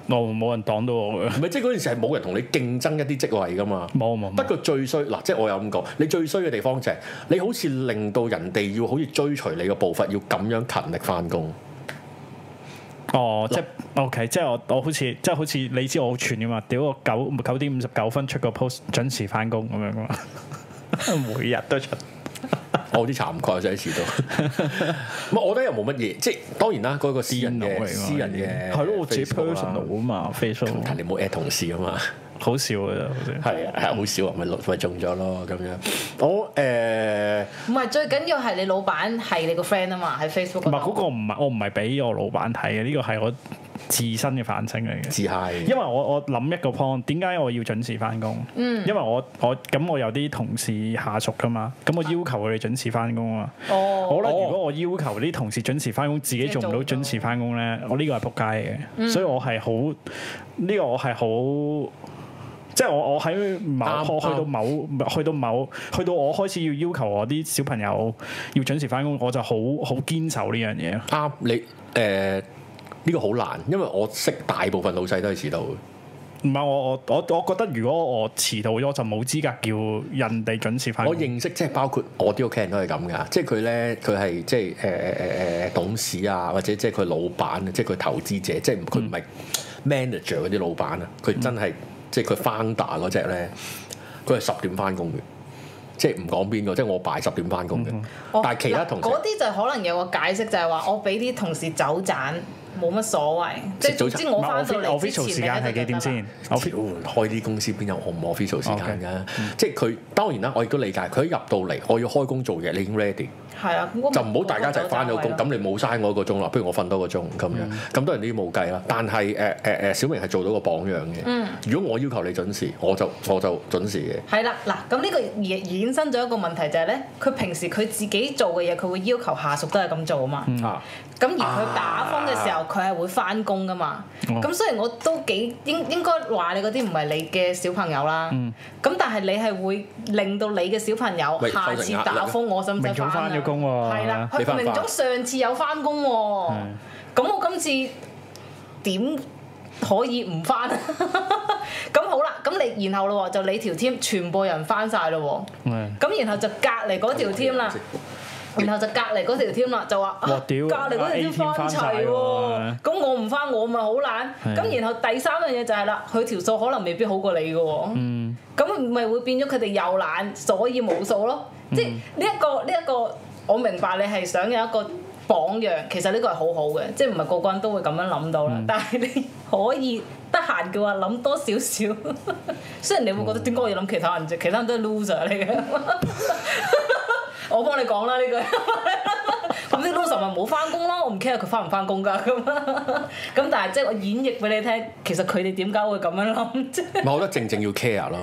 我冇人擋到我嘅，
啊唔係即係嗰陣時係冇人同你競爭一啲職位噶嘛。
冇冇
不
冇，
過最衰嗱，即係我有咁講，你最衰嘅地方就係、你好似令到人哋要好似追隨你嘅步伐，要咁樣勤力
[laughs]
翻工。
哦，即係 OK，即係我我好似即係好似你知我好串噶嘛，屌我九九點五十九分出個 post 準時翻工咁樣噶嘛， [laughs] 每日都出，
我有啲慚愧就喺遲到。
[laughs]
唔係，我覺得又冇乜嘢，即係當然啦，嗰、個私人嘅私人嘅
係咯，我自己
Facebook 啦
personal 啊嘛，Facebook
但你冇 at 同事啊嘛，
好笑嘅啫，好似
係啊，係好少啊，咪咪中咗咯咁樣。我誒、
唔係最緊要係你老闆係你個 friend 啊嘛，喺 Facebook
唔係嗰
度
個唔係我唔係俾我老闆睇嘅，呢個係我自身嘅反省嚟嘅。
自嗨
因為我我諗一個 point，點解我要準時翻工？因為我我咁我有啲同事下屬噶嘛，咁我要求佢哋準時翻工啊。
哦，
我咧，如果我要求啲同事準時翻工，自己做唔到嗯準時翻工咧，我呢個係仆街嘅，所以我係好呢個我係好。即係我我喺某
啱
我去到某去到某去到我開始要要求我啲小朋友要準時翻工，我就好好堅守呢樣嘢咯。
啱你誒呢、個好難，因為我識大部分老細都係遲到嘅。
唔係我我我我覺得如果我遲到咗，就冇資格叫人哋準時翻
我
工。
認識即係包括我啲屋企人都係咁噶，即係佢咧佢係即係誒誒誒誒董事啊，或者即係佢老闆，啊即係佢投資者，即係佢唔係 manager 嗰啲老闆啊，佢真係即係佢 founder 嗰只咧，佢係十點翻工嘅，即係唔講邊個，即係我爸係十點翻工嘅，
哦
但係其他
嗱
同事
嗰啲就可能有個解釋，就係話我俾啲同事走盞冇乜所謂，即係
食早
總
餐
之我
唔係
翻到
offi-
嚟之
official 時
前
間
你喺
係
度
幾點
就得啦
先？？offi-
屌開啲公司邊有我唔 official 時間
OK，
㗎即係佢當然啦，我亦都理解，佢一入到嚟，我要開工做嘢，你已經 ready。
係啊，
就唔好大家一齊翻咗工，咁你冇嘥我一個鐘啦，不如我瞓多個鐘咁樣，
嗯
咁當然呢啲冇計啦。但係誒誒誒，小明係做到個榜樣嘅。
嗯
如果我要求你準時，我就我就準時嘅。
係啦，嗱，咁呢個衍衍生咗一個問題就係咧，佢平時佢自己做嘅嘢，佢會要求下屬都係咁做啊嘛。
啊，
咁而佢打風嘅時候，佢係會翻工噶嘛。
啊哦
咁雖然我都幾應應該話你嗰啲唔係你嘅小朋友啦，
嗯
咁但係你係會令到你嘅小朋友
喂
下
構成
次
壓力
打
啊
風，我使唔
明
使
早
翻
返咗工喎
係啦，
你
佢
返唔
明
返
早上次有翻工喎，咁我今次點可以唔翻？ [laughs] 咁好啦，咁你然後咯喎，就你條 team 全部人翻晒咯
嗯
喎，咁然後就隔離嗰條 team 啦。然後就隔離嗰條 team 啦，就話
哇
啊
屌
隔離嗰條
A team
team
翻
翻
晒
齊
喎
喎，咁我唔翻我咪好懶。
係啊
咁然後第三樣嘢就係啦，佢條數可能未必好過你嘅喎，
嗯
咁咪會變咗佢哋又懶，所以冇數咯。
嗯
即係呢一個呢一個，我明白你係想有一個榜樣，其實呢個係好好嘅，即係唔係個個人都會咁樣諗到啦。
嗯
[laughs] 但係你可以得閒嘅話諗多少少， [laughs] 雖然你會覺得
嗯
點解我要諗其他人啫，其他人都係 loser 嚟嘅。我幫你講啦呢 [laughs] 句，咁啲 loser 咪冇翻工咯，我唔 care 佢翻唔翻工㗎咁。 [laughs] 咁但係即係我演繹俾你聽，其實佢哋點解會咁樣
[laughs]
諗啫？
唔係我覺得正正要 care 咯，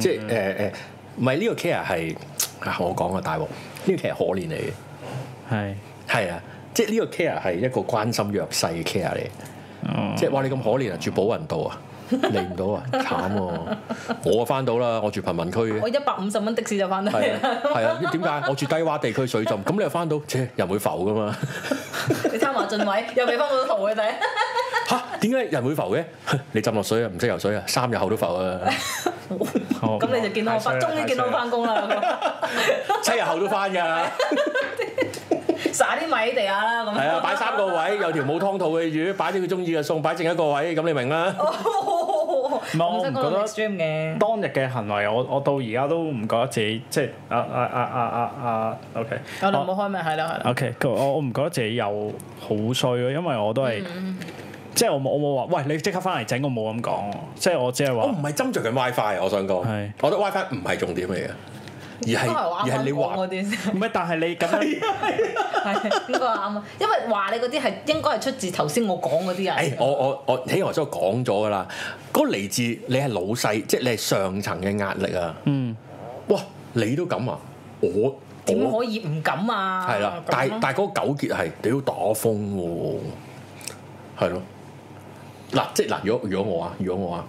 即係誒誒，唔係呢個 care 係啊我講嘅大鑊，呢個 care 可憐嚟嘅，
係
係啊，即係呢個 care 係一個關心弱勢嘅 care 嚟。
哦
即係哇！你咁可憐啊，住寶雲道啊，嚟唔到啊，慘喎！我翻到啦，我住貧民區嘅
我。一百五十蚊的士就翻到
係
嚟
啊，
啦，
係啊，因為點解我住低洼地區水浸， [laughs] 咁你又翻到，切人會浮噶嘛？
你參下進位，又俾翻我個圖佢睇，
嚇點解人會浮嘅？ [laughs] 你浸落水啊，唔識游水啊，三日後都浮 [laughs] 啊，
好
咁你就見到我翻，
太衰
終
啦
於見到我翻工啦，
七日後都翻㗎。
撒啲米喺地下啦咁。
[laughs] 係啊，
[laughs]
擺三個位，有條冇湯肚嘅魚，擺啲佢中意嘅餸，擺剩一個位，咁你明 [laughs] 啦。
唔
係我唔
使
覺
講
得
到 extreme 嘅。
哦
當日嘅行為，我我到而家都唔覺得自己即係啊啊啊啊啊啊，OK。
我哋冇開咪係啦，係啦。
OK，咁我我唔覺得自己有好衰咯，因為我都
嗯
係、即係我冇我冇話，喂你即刻翻嚟整，我冇咁講，即係我只係
我
哦
話
唔係斟酌緊 WiFi，我想講，
係
我覺得 WiFi 唔係重點嚟嘅，而
都
係
係我
而
啱
係
啱
你
講
話
嗰啲先，
唔係，但係你咁樣
啊係應該係啱啊，因為話你嗰啲係應該係出自頭先我講嗰啲
誒，
人。
哎我我我喺頭先我講咗噶啦，嗰、個嚟自你係老細，即係你係上層嘅壓力啊。
嗯，
哇，你都咁啊？我
點
我
可以唔敢啊？
係啦，
咁
但係
咯
但係嗰個糾結係屌打風喎、係咯。嗱，即係嗱，如果如果我啊，如果我啊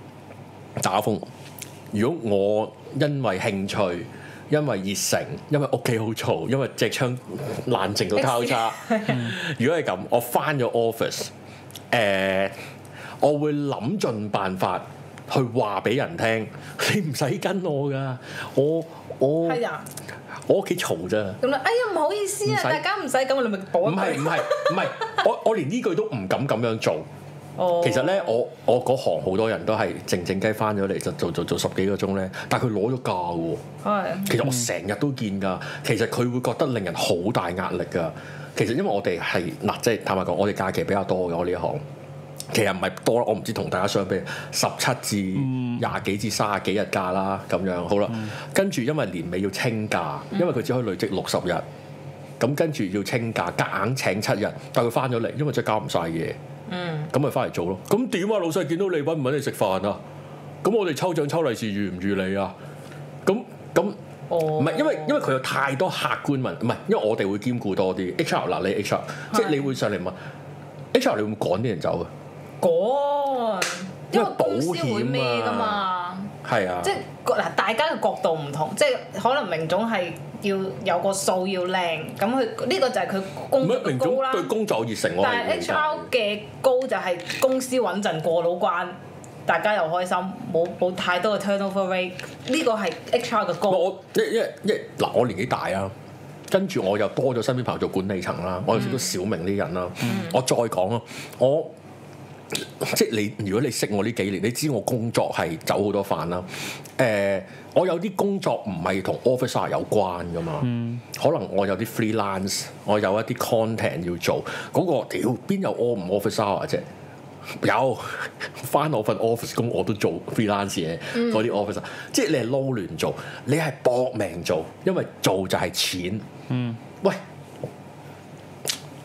打風，如果我因為興趣。因為熱誠，因為屋企好嘈，因為隻窗爛成到交
[laughs]
叉。如果係咁，我翻咗 office，誒、我會諗盡辦法去話俾人聽， [laughs] 你唔使跟我㗎，我我
係啊，
我屋企嘈咋。
咁啦，哎呀唔好意思
唔
啊，
使
大家唔使咁，你咪
唔
補一
係
句。
唔係唔係，我我連呢句都唔敢咁樣做。
哦
其實咧，我我嗰行好多人都係靜靜雞翻咗嚟，就做做做十幾個鐘咧，但係佢攞咗假喎。
係
其實我成日都見㗎，其實佢會覺得令人好大壓力㗎。其實因為我哋係嗱，即係坦白講，我哋假期比較多嘅，我呢一行。其實唔係多啦，我唔知同大家相比，十七至廿幾至三十幾日假啦，咁樣好啦。跟住因為年尾要清假，因為佢只可以累積六十日，咁跟住要清假，夾硬請七日，但係佢翻咗嚟，因為真係交唔晒嘢，
嗯
咁咪翻嚟做咯。咁點啊？老細見到你揾唔揾你食飯啊？咁我哋抽獎抽利是預唔預你啊？咁咁。
哦，
唔
唔
係，因為因為佢有太多客觀問，唔係，因為我哋會兼顧多啲 HR 嗱，你 HR 即係你會上嚟問 HR，你會唔會趕啲人走
嗰因為公司
因為保險
會
啊
咩㗎嘛？
嘅？係啊，
即係個嗱，大家嘅角度唔同，即係可能明總係要有個數要靚，咁佢呢個就係
唔
佢工作
係
嘅
明
高
總
啦。
對工作熱誠，我
但係
係
HR
嘅。
嘅高就係公司穩陣過到關，大家又開心，冇冇太多嘅 turnover rate，呢個係 HR 嘅高。
我因因因嗱，我年紀大啊，跟住我又多咗身邊朋友做管理層啦，我又識到小明啲人啦。我再講啊，我即係你，如果你識我呢幾年，你知我工作係走好多飯啦。誒、我有啲工作唔係同 office hour 有關噶嘛，可能我有啲 freelance，我有一啲 content 要做，嗰、個屌邊有啊 o 唔 office hour 啫？有翻我份 office 工我都做 freelance 嘢，嗰啲 office，hour 即係你係撈亂做，你係搏命做，因為做就係錢。嗯，喂。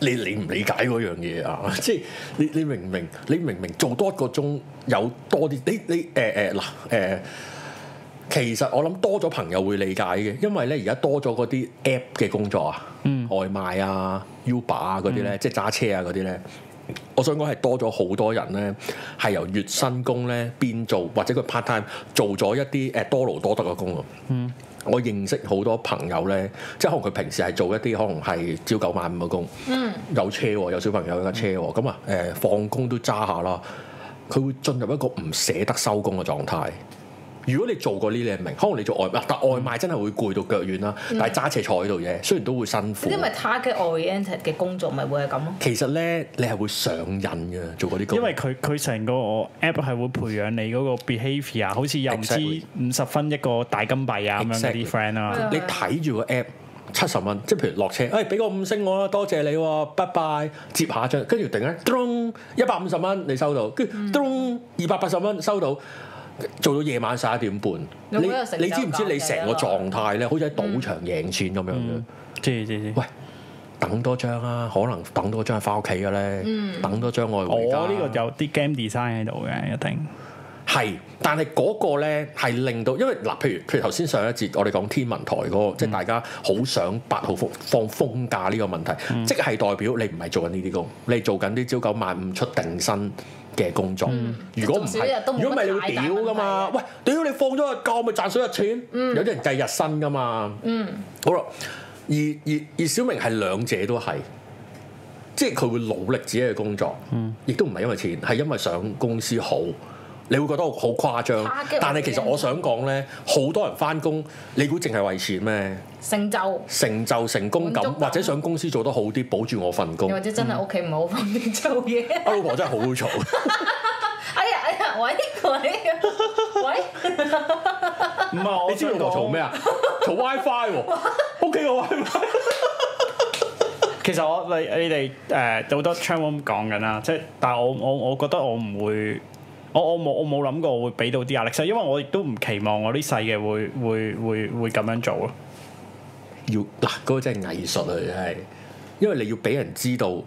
你理唔理解嗰樣嘢啊？ [laughs] 即係你你明唔明？你明唔明做多一個鐘有多啲？你你誒誒嗱誒，其實我諗多咗朋友會理解嘅，因為咧而家多咗嗰啲 app 嘅工作啊，外賣啊、Uber 啊嗰啲咧，即係揸車啊嗰啲咧。我想講係多咗好多人咧，係由月薪工咧變做或者佢 part time 做咗一啲誒多勞多得嘅工啊。我認識好多朋友咧，即係可能佢平時係做一啲可能係朝九晚五嘅工，嗯、有車喎，有小朋友有架車喎，咁啊誒放工都揸下啦，佢會進入一個唔捨得收工嘅狀態。如果你做過呢，你係明，可能你做外賣，啊但外賣真係會攰到腳軟啦。但係揸車坐喺度啫，雖然都會辛苦
呢。啲咪 target oriented 嘅工作咪會係咁咯？
其實咧，你係會上癮嘅，做嗰啲工。
因為佢佢成個 app 係會培養你嗰個 behaviour，好似又唔知
Exactly
五十分一個大金幣啊咁樣嗰啲
Exactly
friend 啦，
你睇住個 app 七十蚊，即係譬如落車，誒、俾個五星我啦，多謝你喎，拜拜，接下張，跟住突然間，咚，一百五十蚊你收到，跟住咚，二百八十蚊收到。做到夜晚十一點半，你
有冇有成就
你知唔知
感
你
嘅
成個
一個
狀態咧，好似喺賭場贏錢咁樣嘅。
知知知。
喂，等多張啊，可能等多張係翻屋企嘅咧，等多張我係回家。
我哦呢個有啲 game design 喺度嘅，一定。
係，但係嗰個咧係令到，因為嗱，譬如譬如頭先上一節我哋講天文台嗰、個，
嗯
即係大家好想八號風放風假呢個問題，
嗯
即係代表你唔係做緊呢啲工，你係做緊啲朝九晚五出定薪嘅工作。如果唔
即係做少嗯一日都
係，
冇乜
如果唔係你會
太大
屌噶嘛
問？題啊
喂，屌你放咗日假咪賺少日錢？
嗯
有啲人計日薪噶嘛？好啦，而而而小明係兩者都係，即係佢會努力自己嘅工作，亦都唔係因為錢，係因為想公司好。你會覺得我好誇張
打擊我，
但係其實
嘅
我想講咧，好多人翻工，你估淨係為錢咩？
成就，
成就、成功感，
滿足感
或者想公司做得好啲，保住我份工
又或。者真
哦嗯
係屋企唔好方便做嘢。
我老婆真係好
[laughs]
嘈，
哎呀哎呀，喂
[laughs]
喂喂，
唔係我
你知
想
我老婆嘈
講
咩啊？嘈 WiFi 喎，
[laughs]
屋企個 WiFi。
其實我你你哋誒好多 c h a n n e l 講緊啦，即係但係我我我覺得我唔會，我我冇我冇諗過我會俾到啲壓力，因為我亦都唔期望我啲細嘅會會會會咁樣做咯。
要嗱，嗰、個真係藝術啊！真係，因為你要俾人知道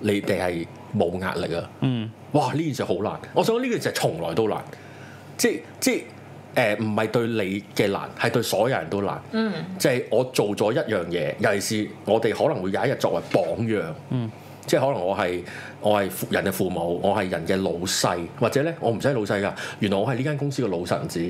你哋係冇壓力啊。
嗯，
哇！呢件事好難，我想講呢件事係從來都難，即即誒唔係對你嘅難，係對所有人都難。
[laughs] 嗯，
即係我做咗一樣嘢，尤其是我哋可能會有一日作為榜樣，嗯，即係可能我係我係人嘅父母，我係人嘅老細，或者咧我唔使老細㗎，原來我係呢間公司嘅老臣子。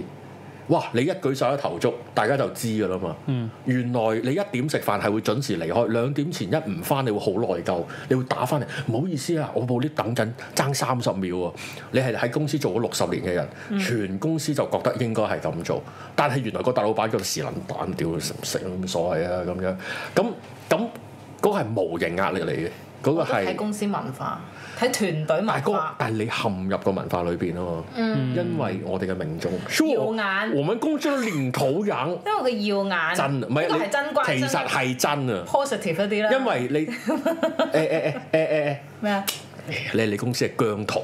哇！你一舉手一投足，大家就知㗎啦嘛。嗯、原來你一點食飯係會準時離開，兩點前一唔翻，你會好內疚，你會打翻嚟，唔好意思啊，我部 lift 等緊，爭三十秒喎。你係喺公司做咗六十年嘅人，全公司就覺得應該係咁做，但係原來個大老闆叫時撚蛋，屌食唔食咁所謂啊咁樣。咁咁嗰個係無形壓力嚟嘅，嗰、個
我都睇
係。
公司文化，睇團隊
但
文
係嗰
化，嗯
但係你陷入個文化裏邊啊嘛，因為我哋嘅民眾，
耀眼
我們公司都領頭羊。
因為佢耀眼，
真，唔啊係
呢個係真關，
你其
真
實
係
係真啊，
positive 一啲啦。
因為你
[laughs]
誒誒誒誒
咩啊？
誒，你係你公司係姜濤，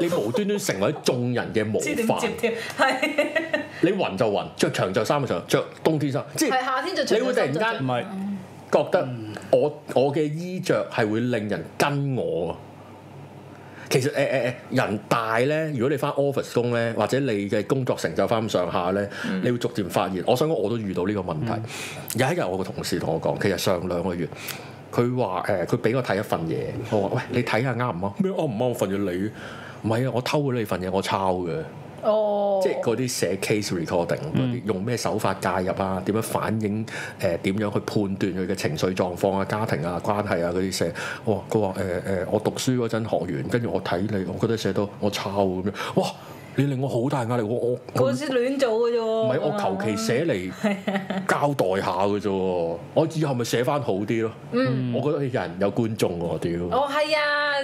你無端端成為眾人嘅模
[laughs] 知點接
範，
添，係
你暈就暈，着長袖衫就長，着冬天衫，即係
係夏天就
你會突然間
唔係
覺得我我嘅衣着係會令人跟我啊。其實誒誒誒，人大咧，如果你翻 office 工咧，或者你嘅工作成就翻咁上下咧，你會逐漸發現。我想講我都遇到呢個問題。有一日我個同事同我講，其實上兩個月。佢話誒，佢俾我睇一份嘢，我話喂，你睇下啱唔啱？咩啱唔啱？我份嘢你唔係啊，我偷咗你份嘢，我抄嘅。
哦，
即係嗰啲寫 case recording
嗯
嗰啲，用咩手法介入啊？點樣反映誒點、樣去判斷佢嘅情緒狀況啊、家庭啊、關係啊嗰啲寫。哇！佢話誒誒，我讀書嗰陣學完，跟住我睇你，我覺得寫到我抄咁樣。哇！你令我好大壓力，我我我
嗰時亂做嘅啫喎。
唔係我求其寫嚟
哦
交代下嘅啫喎，我以後咪寫翻好啲咯。我覺得有人有觀眾喎，屌
嗯哦，係啊，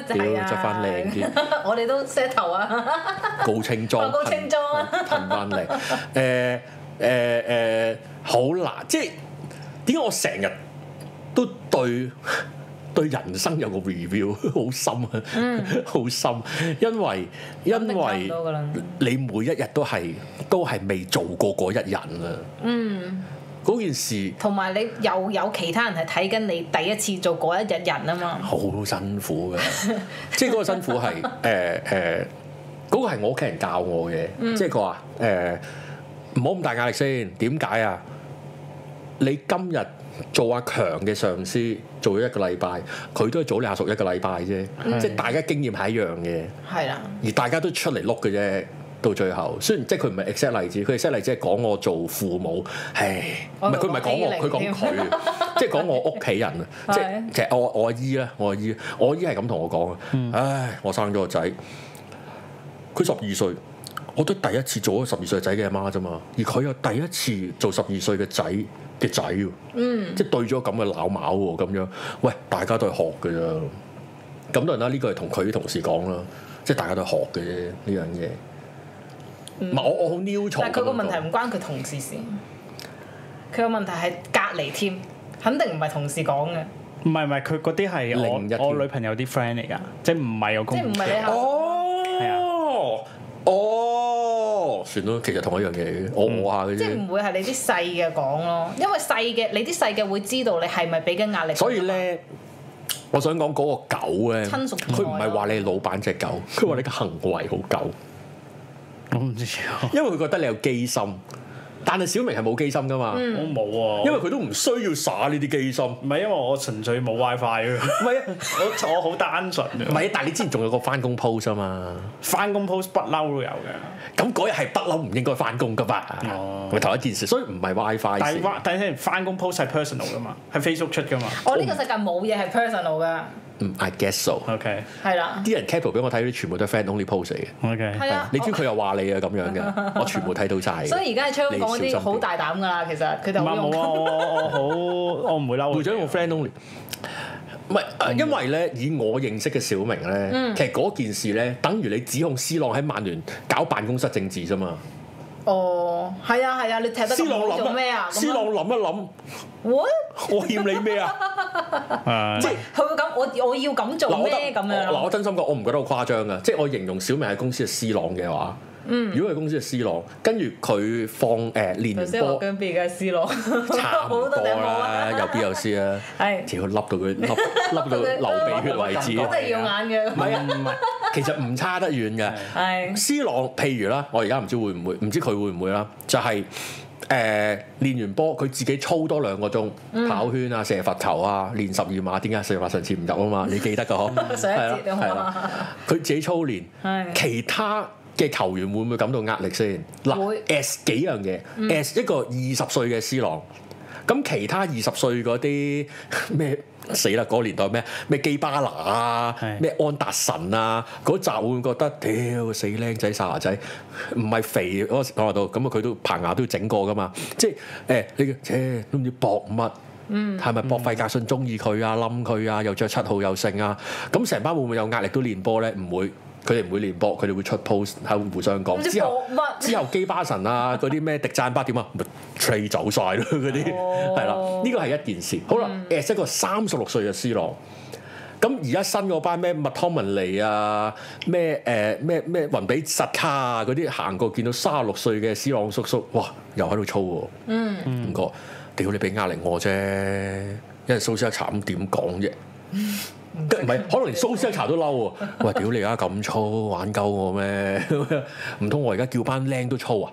屌
係啊，
執翻靚啲。
[laughs] 我哋都 set 頭啊，
高清裝，
哦 [laughs] 高清裝啊
[laughs] 騰翻嚟。誒誒誒，好難，即係點解我成日都對 [laughs] 對人生有個 review [laughs] 好深啊，
嗯
[laughs] 好深，因為因
咁定
為
差唔多㗎啦
你每一日都係都係未做過嗰一日啊，
嗯，
嗰件事。
同埋你又有其他人係睇緊你第一次做嗰一日人啊嘛，
好辛苦嘅，即係嗰個辛苦係誒誒，嗰個係我屋企人教我嘅，即係佢話誒唔好咁大壓力先，點解啊？你今日做阿強嘅上司做咗一個禮拜，佢都係早你下屬一個禮拜啫，即係大家經驗係一樣嘅。
係啦，
而大家都出嚟碌嘅啫。到最後，雖然即係佢唔係 exact 例子，佢 exact 例子係講我做父母，唉，唔
我以為
係佢唔係講我，
講
佢
欺凌
講佢，即係講我屋企人 [laughs] 啊，即係
係
即係我我阿姨啦，我阿姨，我阿姨係咁同我講啊，唉，我生咗個仔，佢十二歲，我都第一次做咗十二歲仔嘅阿媽啫嘛，而佢又第一次做十二歲嘅仔嘅仔喎，
嗯，
即係對咗咁嘅鬧矛喎，咁樣，喂，大家都係學嘅啫。咁當然啦，呢個係同佢啲同事講啦，即係大家都係學嘅啫呢樣嘢。唔係我我好 new
嗯但
才，
係佢個問題唔關佢同事事，佢個問題係隔離添，肯定唔係同事講嘅，
唔係唔係，佢嗰啲
另一
係
條
我我女朋友啲 friend 嚟㗎，即係唔係有
即
公
係唔係
啊
你考啊
係
哦哦，算啦，其實同一樣嘢嚟嘅，我我下嘅
嗯即係
啫。
唔會係你啲細嘅講咯，因為細嘅你啲細嘅會知道你係咪俾緊壓力。
所以，咧。我想講嗰個狗咧，
啊親屬
佢
之愛啊嗯
唔係話你係老闆只狗，佢話你嘅行為好狗，
我唔知啊。
因為佢覺得你有機心，但係小明係冇機心噶嘛，
嗯
我冇
嗯因
喎，
為佢都唔需要耍呢啲機心。
唔係因為我純粹冇 WiFi 啊，
[laughs] 唔係啊，
我我好單純
唔
啊，
係啊，但係你之前仲有個翻工 post 啊嘛，
翻工 post 不嬲都有嘅，
咁嗰日係不嬲唔應該翻工噶嘛，
哦
咪頭一件事，所以唔係 WiFi
但
事
係。翻但係翻工 post 係 personal 噶嘛，係 Facebook 出噶嘛
我呢個世界冇嘢係 personal 㗎，
嗯，I guess so。
，OK
係啦，
啲人 cap 圖俾我睇，啲全部都係 friend only post 嚟嘅。
OK，
係啊，
你知佢又話你啊咁樣嘅，我全部睇到晒嘅。
所以而家喺香港嗰
你小心啲
啲好大膽㗎啦，其實佢
唔
哋好
係
勇
冇
敢
啊，我我我好我唔會嬲嘅，
會長用 friend only。唔係，呃因為咧，以我認識嘅小明咧，
嗯
其實嗰件事咧，等於你指控斯朗喺曼聯搞辦公室政治啫嘛。
哦，係啊係啊，你踢得
斯
咁
朗
好做
諗
咩啊？
斯朗諗一諗，
，what？
我欠你咩啊？
誒
即係
佢會咁，我我要咁做
嗱，我覺
咩
得
咁樣
嗱，
咯？
我真心講，我唔覺得好誇張㗎。即係我形容小明係公司嘅 C 朗嘅話，如果係公司嘅 C 朗，跟住佢放誒練
嗯頭
完
先我
波，
姜 B 嘅思路，
差唔
好
多
[laughs] 多頂帽啊
啦，， [laughs] 有 B 有 C 啦，
係
只要笠到佢笠
[laughs]
笠到流鼻血為
好
止。
得耀眼
唔係
嘅，
啊，唔係，其實唔差得遠嘅。
係
C 朗譬如啦，我而家唔知會唔會，唔知佢會唔會啦，就係、誒、練完波，佢自己操多兩個鐘，
嗯
跑圈啊、射罰球啊、練十二碼，點解射罰上次唔入啊
[laughs]
嘛？你記得㗎嗬？
上一
係啦
節啊
係啦
嘛，
佢自己操練，
係
其他嘅球員會唔會感到壓力先？嗱
會嗯
，as 幾樣嘢，as 一個二十歲嘅 C 朗，咁其他二十歲嗰啲咩死啦？嗰、個年代咩咩基巴拿啊，
係
咩安達臣啊，嗰集會唔會覺得屌死僆仔哨牙仔，唔係肥嗰個時講到，咁啊佢都棚牙都整過噶嘛，即係誒、你切都唔知搏乜。
嗯
係咪博費格遜中意佢啊？冧佢啊？又着七號又剩啊？咁成班會唔會有壓力都練波咧？唔會，佢哋唔會練波，佢哋會出 post 喺度互相講。
唔知
之後
搏乜
之後基巴神啊，嗰啲咩迪贊巴點啊，咪 trade 走晒咯 [laughs] 嗰啲，
哦
係啦，呢個係一件事。好啦，as 一個三十六歲嘅 C 朗。咁而家新嗰班咩麥湯文尼啊，咩誒咩咩雲比薩卡啊嗰啲行過見到三十六歲嘅斯朗叔叔，哇，又喺度操喎，嗯，唔覺，屌你俾壓力我啫，因為蘇斯克查咁點講啫？唔係，可能連蘇斯克查都嬲喎！喂，屌你而家咁粗玩鳩我咩？唔通我而家叫班僆都粗啊？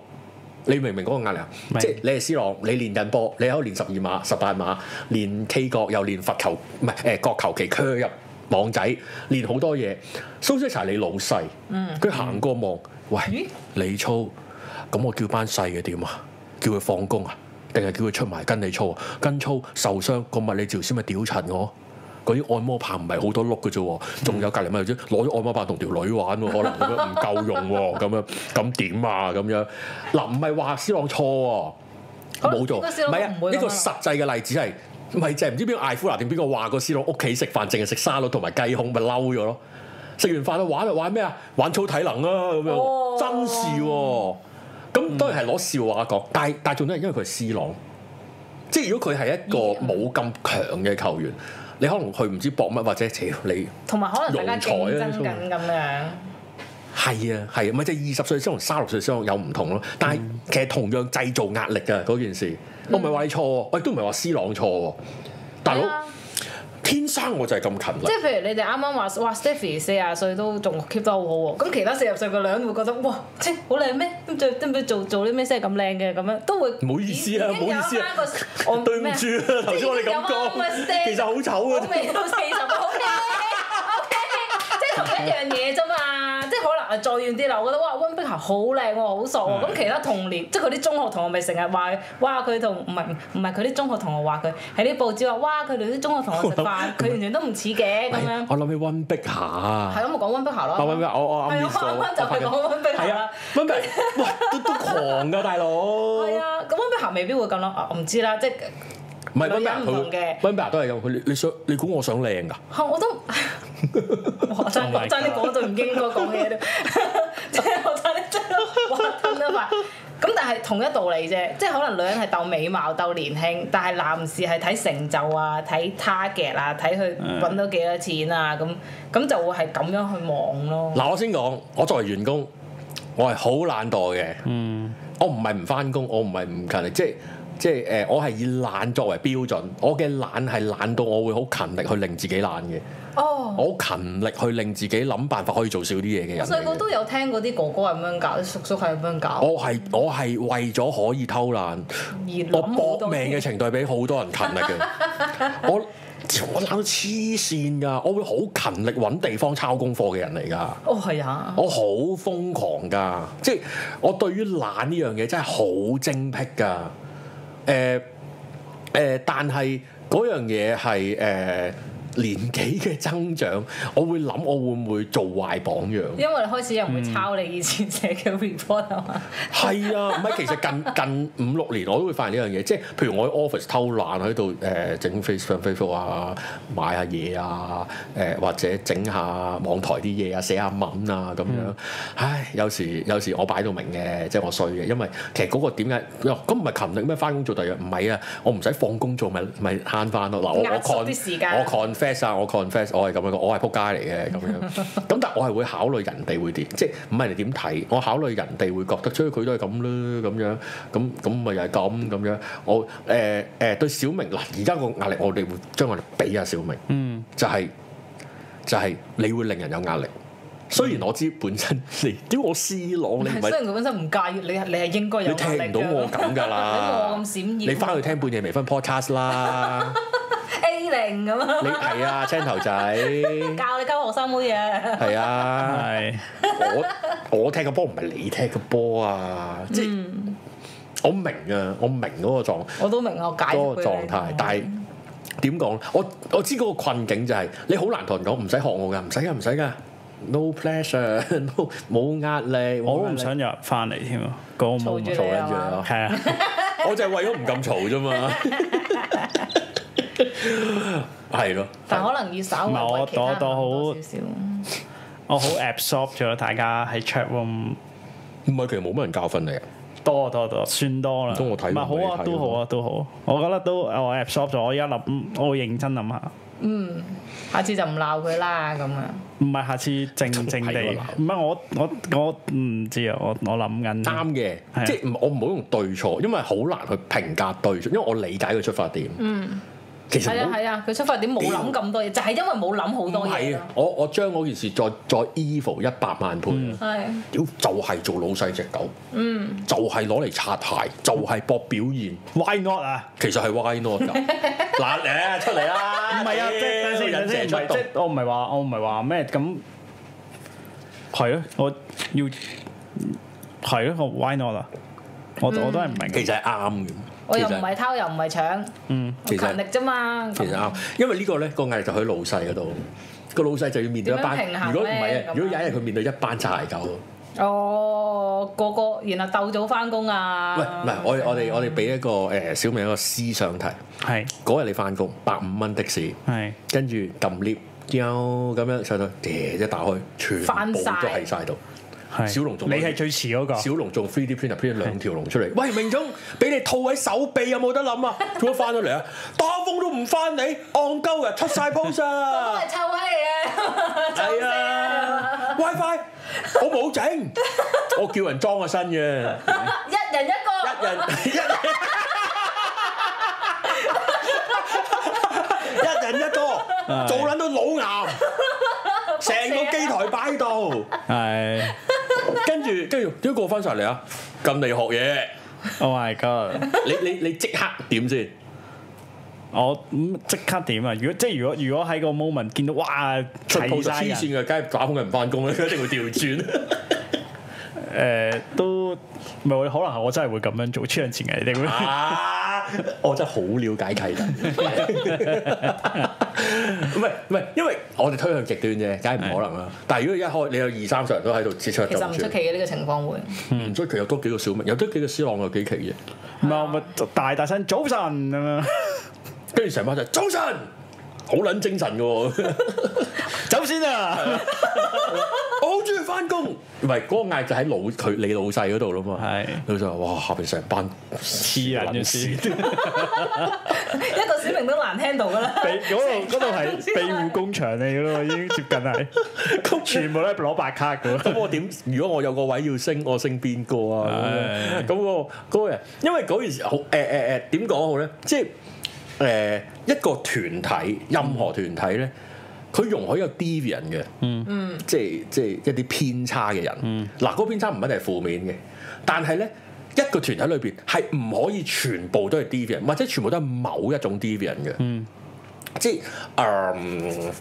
你明唔明嗰個壓力啊？
明
即係你係 C 朗，你練緊波，你喺度練十二碼、十八碼，練 K 角又練罰球，唔係誒角球旗 c 入網仔，練好多嘢。蘇斯克查你老細，佢行過望，喂
咦，
你粗，咁我叫班細嘅點啊？叫佢放工啊？定係叫佢出埋跟你操啊？跟操受傷個物理治療師咪屌柒我？嗰啲按摩棒唔係好多碌嘅啫喎，仲有隔離咪啫，攞咗按摩棒同條女玩喎，可能咁樣唔夠用喎，咁樣咁點啊咁樣？嗱，唔係話斯朗錯喎，
可能
冇做，
應該斯朗
唔係啊
唔，會咁樣
呢個實際嘅例子係。唔係就係唔知邊個艾夫拿定邊個話個斯朗屋企食飯淨係食沙律同埋雞胸，咪嬲咗咯。食完飯就玩就玩咩啊？玩操體能啊咁樣，
哦嗯
真事喎、咁當然係攞笑話講，但係但係重點係因為佢係 C 朗，即係如果佢係一個冇咁強嘅球員，你可能佢唔知搏乜或者屌你
同埋可能大家競
庸才啊
爭緊咁樣，
係啊係啊，咪即係二十歲先同三十歲先有唔同咯。但係
嗯
其實同樣製造壓力嘅嗰件事，我唔係話你錯喎，我亦都唔係話 C 朗錯喎，大
係
佬
啊
天生我就係咁勤力
即。係譬如你哋啱啱話，哇 Stephy 四廿歲都仲 keep 得好好喎，咁其他四十歲嘅女人會覺得，哇，切好靚咩？咁做都唔知做做啲咩先係咁靚嘅咁樣，都會
唔好意思啊
已經
唔好意思啊
有翻個我
對唔
咩
住啊，頭先我哋咁 [laughs] 講，其實好醜
我
啊。
未到四十，OK OK，即係同一樣嘢啫嘛。即係可能啊，再遠啲啦，我覺得哇，温碧霞好靚喎，好傻喎。咁其他同年，即係佢啲中學同學咪成日話，哇佢同唔係唔係佢啲中學同學話佢喺啲報紙話，哇佢哋啲中學同學食飯，佢完全都唔似嘅咁
係
樣。
哎我諗起温碧霞啊
係。咁，我講温碧霞咯。
啊！喂喂，我我
係
啱
啊
啱
我啱啱就係講温碧霞
係
啦
啊，温碧，喂，都都狂噶大佬。
係
唔
啊，咁温碧霞未必會咁諗啊，我唔知啦，即係
係温碧霞
女人唔
佢
同嘅
會，温碧霞都係咁。佢你你想你估我想靚㗎？
嚇
[laughs]
我都我真
Oh
我
my
真啲講到唔應該講嘅嘢都， [laughs] 即係我真係真係哇吞得埋。咁但係同一道理啫，即係可能女人係鬥美貌、鬥年輕，但係男士係睇成就啊、睇 target 啊、睇佢
嗯
揾到幾多錢啊咁，咁就會係咁樣去望咯。
嗱，我先講，我作為員工，我係好懶惰嘅。嗯，我唔係唔翻工，我唔係唔勤力，即係即係誒、呃我係以懶作為標準。我嘅懶係懶到我會好勤力去令自己懶嘅。
哦
我好勤力去令自己諗辦法可以做少啲嘢嘅人
我
嚟嘅。
細個都有聽嗰啲哥哥係咁樣搞，叔叔係咁樣搞，
我係我係為咗可以偷懶，
而諗
我
好
搏
多
命嘅
嘢
程度係比好多人勤力嘅。我我懶到黐線㗎，我會好勤力揾地方抄功課嘅人嚟㗎。
哦係啊，
我好瘋狂㗎，即係我對於懶呢樣嘢真係好精辟㗎。誒、誒、但係嗰樣嘢係誒呃年紀嘅增長，我會諗我會唔會做壞榜樣？
因為開始有人
嗯
會抄你以前寫嘅 report 啊嘛，
係啊，唔係其
[laughs]
實近近五六年我都會發現呢樣嘢，即係譬如我喺 office 偷懶喺度誒整 Facebook Facebook 啊，買下嘢啊，誒、或者整下網台啲嘢啊，寫下文啊咁
嗯
樣。唉，有時有時我擺到明嘅，即係我衰嘅，因為其實嗰個點解哦咁唔係勤力咩？翻工做第二樣唔係啊，我唔使放工做咪咪慳翻咯。嗱，我
壓
我
縮
con
啲時間
我 confess 啊，我 confess 我係咁樣講，我係撲街嚟嘅咁樣。
[laughs]
咁但係我係會考慮人哋會點，即係唔係你點睇？我考慮人哋會覺得，所以佢都係咁啦，咁樣咁咁咪又係咁咁樣。我誒誒、呃呃對小明嗱，而家個壓力我哋會將我哋俾阿小明，嗯，就係、就係、你會令人有壓力。雖
嗯
然我知本身 [laughs] 你屌我斯朗，你唔
雖
係
然佢本身唔介意，你係你係應該有
你聽
壓力
唔到
㗎 [laughs]
我咁㗎啦，
你望我咁閃耀
你翻去聽半夜微醺 podcast 啦，
A 零咁啊，
你係啊青頭
[laughs]
仔。
教你交學生妹啊，
係啊，
係
我 [laughs] 我踢嘅波唔係你踢嘅波啊，即係我明啊，我明嗰個狀
我都明啊，我解釋
嗰個
俾你
狀態
聽，
但係點講咧？我我知嗰個困境就係、你好難同人講，唔使學我㗎，唔使㗎，唔使㗎。No pressure，no [laughs] 冇壓力，
我都
冇壓
唔
力
想入翻嚟添啊！嗰個
嘈住
moment
嘈緊住
你啊
你
嘛
咯，
係啊，
我就係為咗唔咁嘈啫嘛。係咯，
但可能要稍微
唔係我
為其他人
我我好
多少少，
我好 absorb 咗大家喺 chat room
唔係其實冇乜人教訓你啊。
多多多，算多啦。
唔通我睇
唔係
唔
好
俾你睇
啊，
啊
都好啊，都好。我覺得都我 absorb 咗，我而家諗，我會認真諗下。
下次就唔鬧佢啦咁啊，
唔係下次靜 [laughs] 靜地，唔係我我我唔知啊，我我諗緊。
啱嘅
係，啊
即嗯係唔我唔好用對錯，因為好難去評價對錯，因為我理解佢出發點。嗯，其實
係啊
唔好
係啊，佢出發點冇諗咁多嘢，就係因為冇諗好
唔
多嘢
係
咯
啊，，我我將嗰件事再再 evil 一百萬倍，
嗯
屌、
係
就係做老細只狗，嗯，就係攞嚟擦鞋，就係、搏表現，
Why not 啊？
其實係 why not
[laughs]
㗎？嗱誒出嚟
唔
啦，
係啊，即係等先，
屌
等
人
先，唔
蛇
係
出
即
動
係我唔係話我唔係話咩咁。係咯，我要係咯，我 Why not 啊？我我都係唔明。
其實係啱嘅，
我又
其
唔
實
係偷又唔係搶，嗯，
其實
勤力啫嘛，
其實啱，因為呢個咧個壓力就喺老細嗰度，個老細就要面對一班
點樣平，衡
如果唔係
咧
啊
咁啊，
如果有一日佢面對一班擦鞋狗。
哦，個個然後鬥早翻工啊！
喂，唔係我哋我哋我哋俾一個誒、呃小明一個思想題。
係
嗰日你翻工百五蚊的士，
係
跟住撳 lift，有咁樣上到，嗲一打開，全
翻
部
晒
都喺晒度。
係。
小龍仲
你係最遲嗰個。
小龍仲 3D print print 兩條龍出嚟，喂明總，俾你套喺手臂有冇得
[laughs]
諗啊？做乜翻咗嚟啊？打風都唔翻你，戇鳩嘅出晒 pose
我都 [laughs]
啊！
係臭閪嚟嘅，臭
係
死啊！
啊，WiFi 我冇
[laughs]
整，我叫人裝個新嘅，一人
一人一個，
一人一人一個，做撚到老 [laughs] 癌，成個機台擺喺度。
係。
跟住跟住點解過翻晒嚟啊？咁你學嘢，
Oh my god！
你你你即刻點先？
我咁即刻點啊？如果即係如果如果喺個 moment 見到哇
出鋪
齊
就
晒
黐
人，
線嘅，梗係打風嘅唔翻工啦，佢 [laughs] 一定會調轉。
誒、都唔係我可能我真係會咁樣做，黐人前嘅你哋會。
[laughs] 啊！我真係好了解契弟， [laughs] 唔係唔係，因為我哋推向極端啫，梗係唔可能啦。但係如果一開你有二三十人都喺度切出
其實
撞
唔出
住
奇，嘅呢個情況會。
唔出奇有多幾個小明，有多幾個斯朗有幾奇嘅，
唔係我咪啊大大聲早晨咁樣，
跟住成班就早晨，好撚精神嘅喎。
走先啊！
我好中意翻工，唔係嗰個嗌就喺老佢你老細嗰度啦嘛。
係
老細話：哇，下邊成班
黐人嘅事，
一個小明都難 handle 㗎啦。
被嗰度嗰度係庇護工場嚟嘅咯，已經接近 [laughs] 係，全部都係攞白卡嘅喎。
[laughs] 咁我點？如果我有個位要升，我升邊個啊？咁樣咁我嗰個人，因為嗰件事好誒誒誒點講好咧？即係誒、一個團體，任何團體咧，佢佢容許有 deviant 嘅，嗯，即係即係一啲偏差嘅人。嗱，嗰個偏差唔一定係負面嘅，但係咧一個團體裏邊係唔可以全部都係 deviant，或者全部都係某一種 deviant 嘅。即係嗯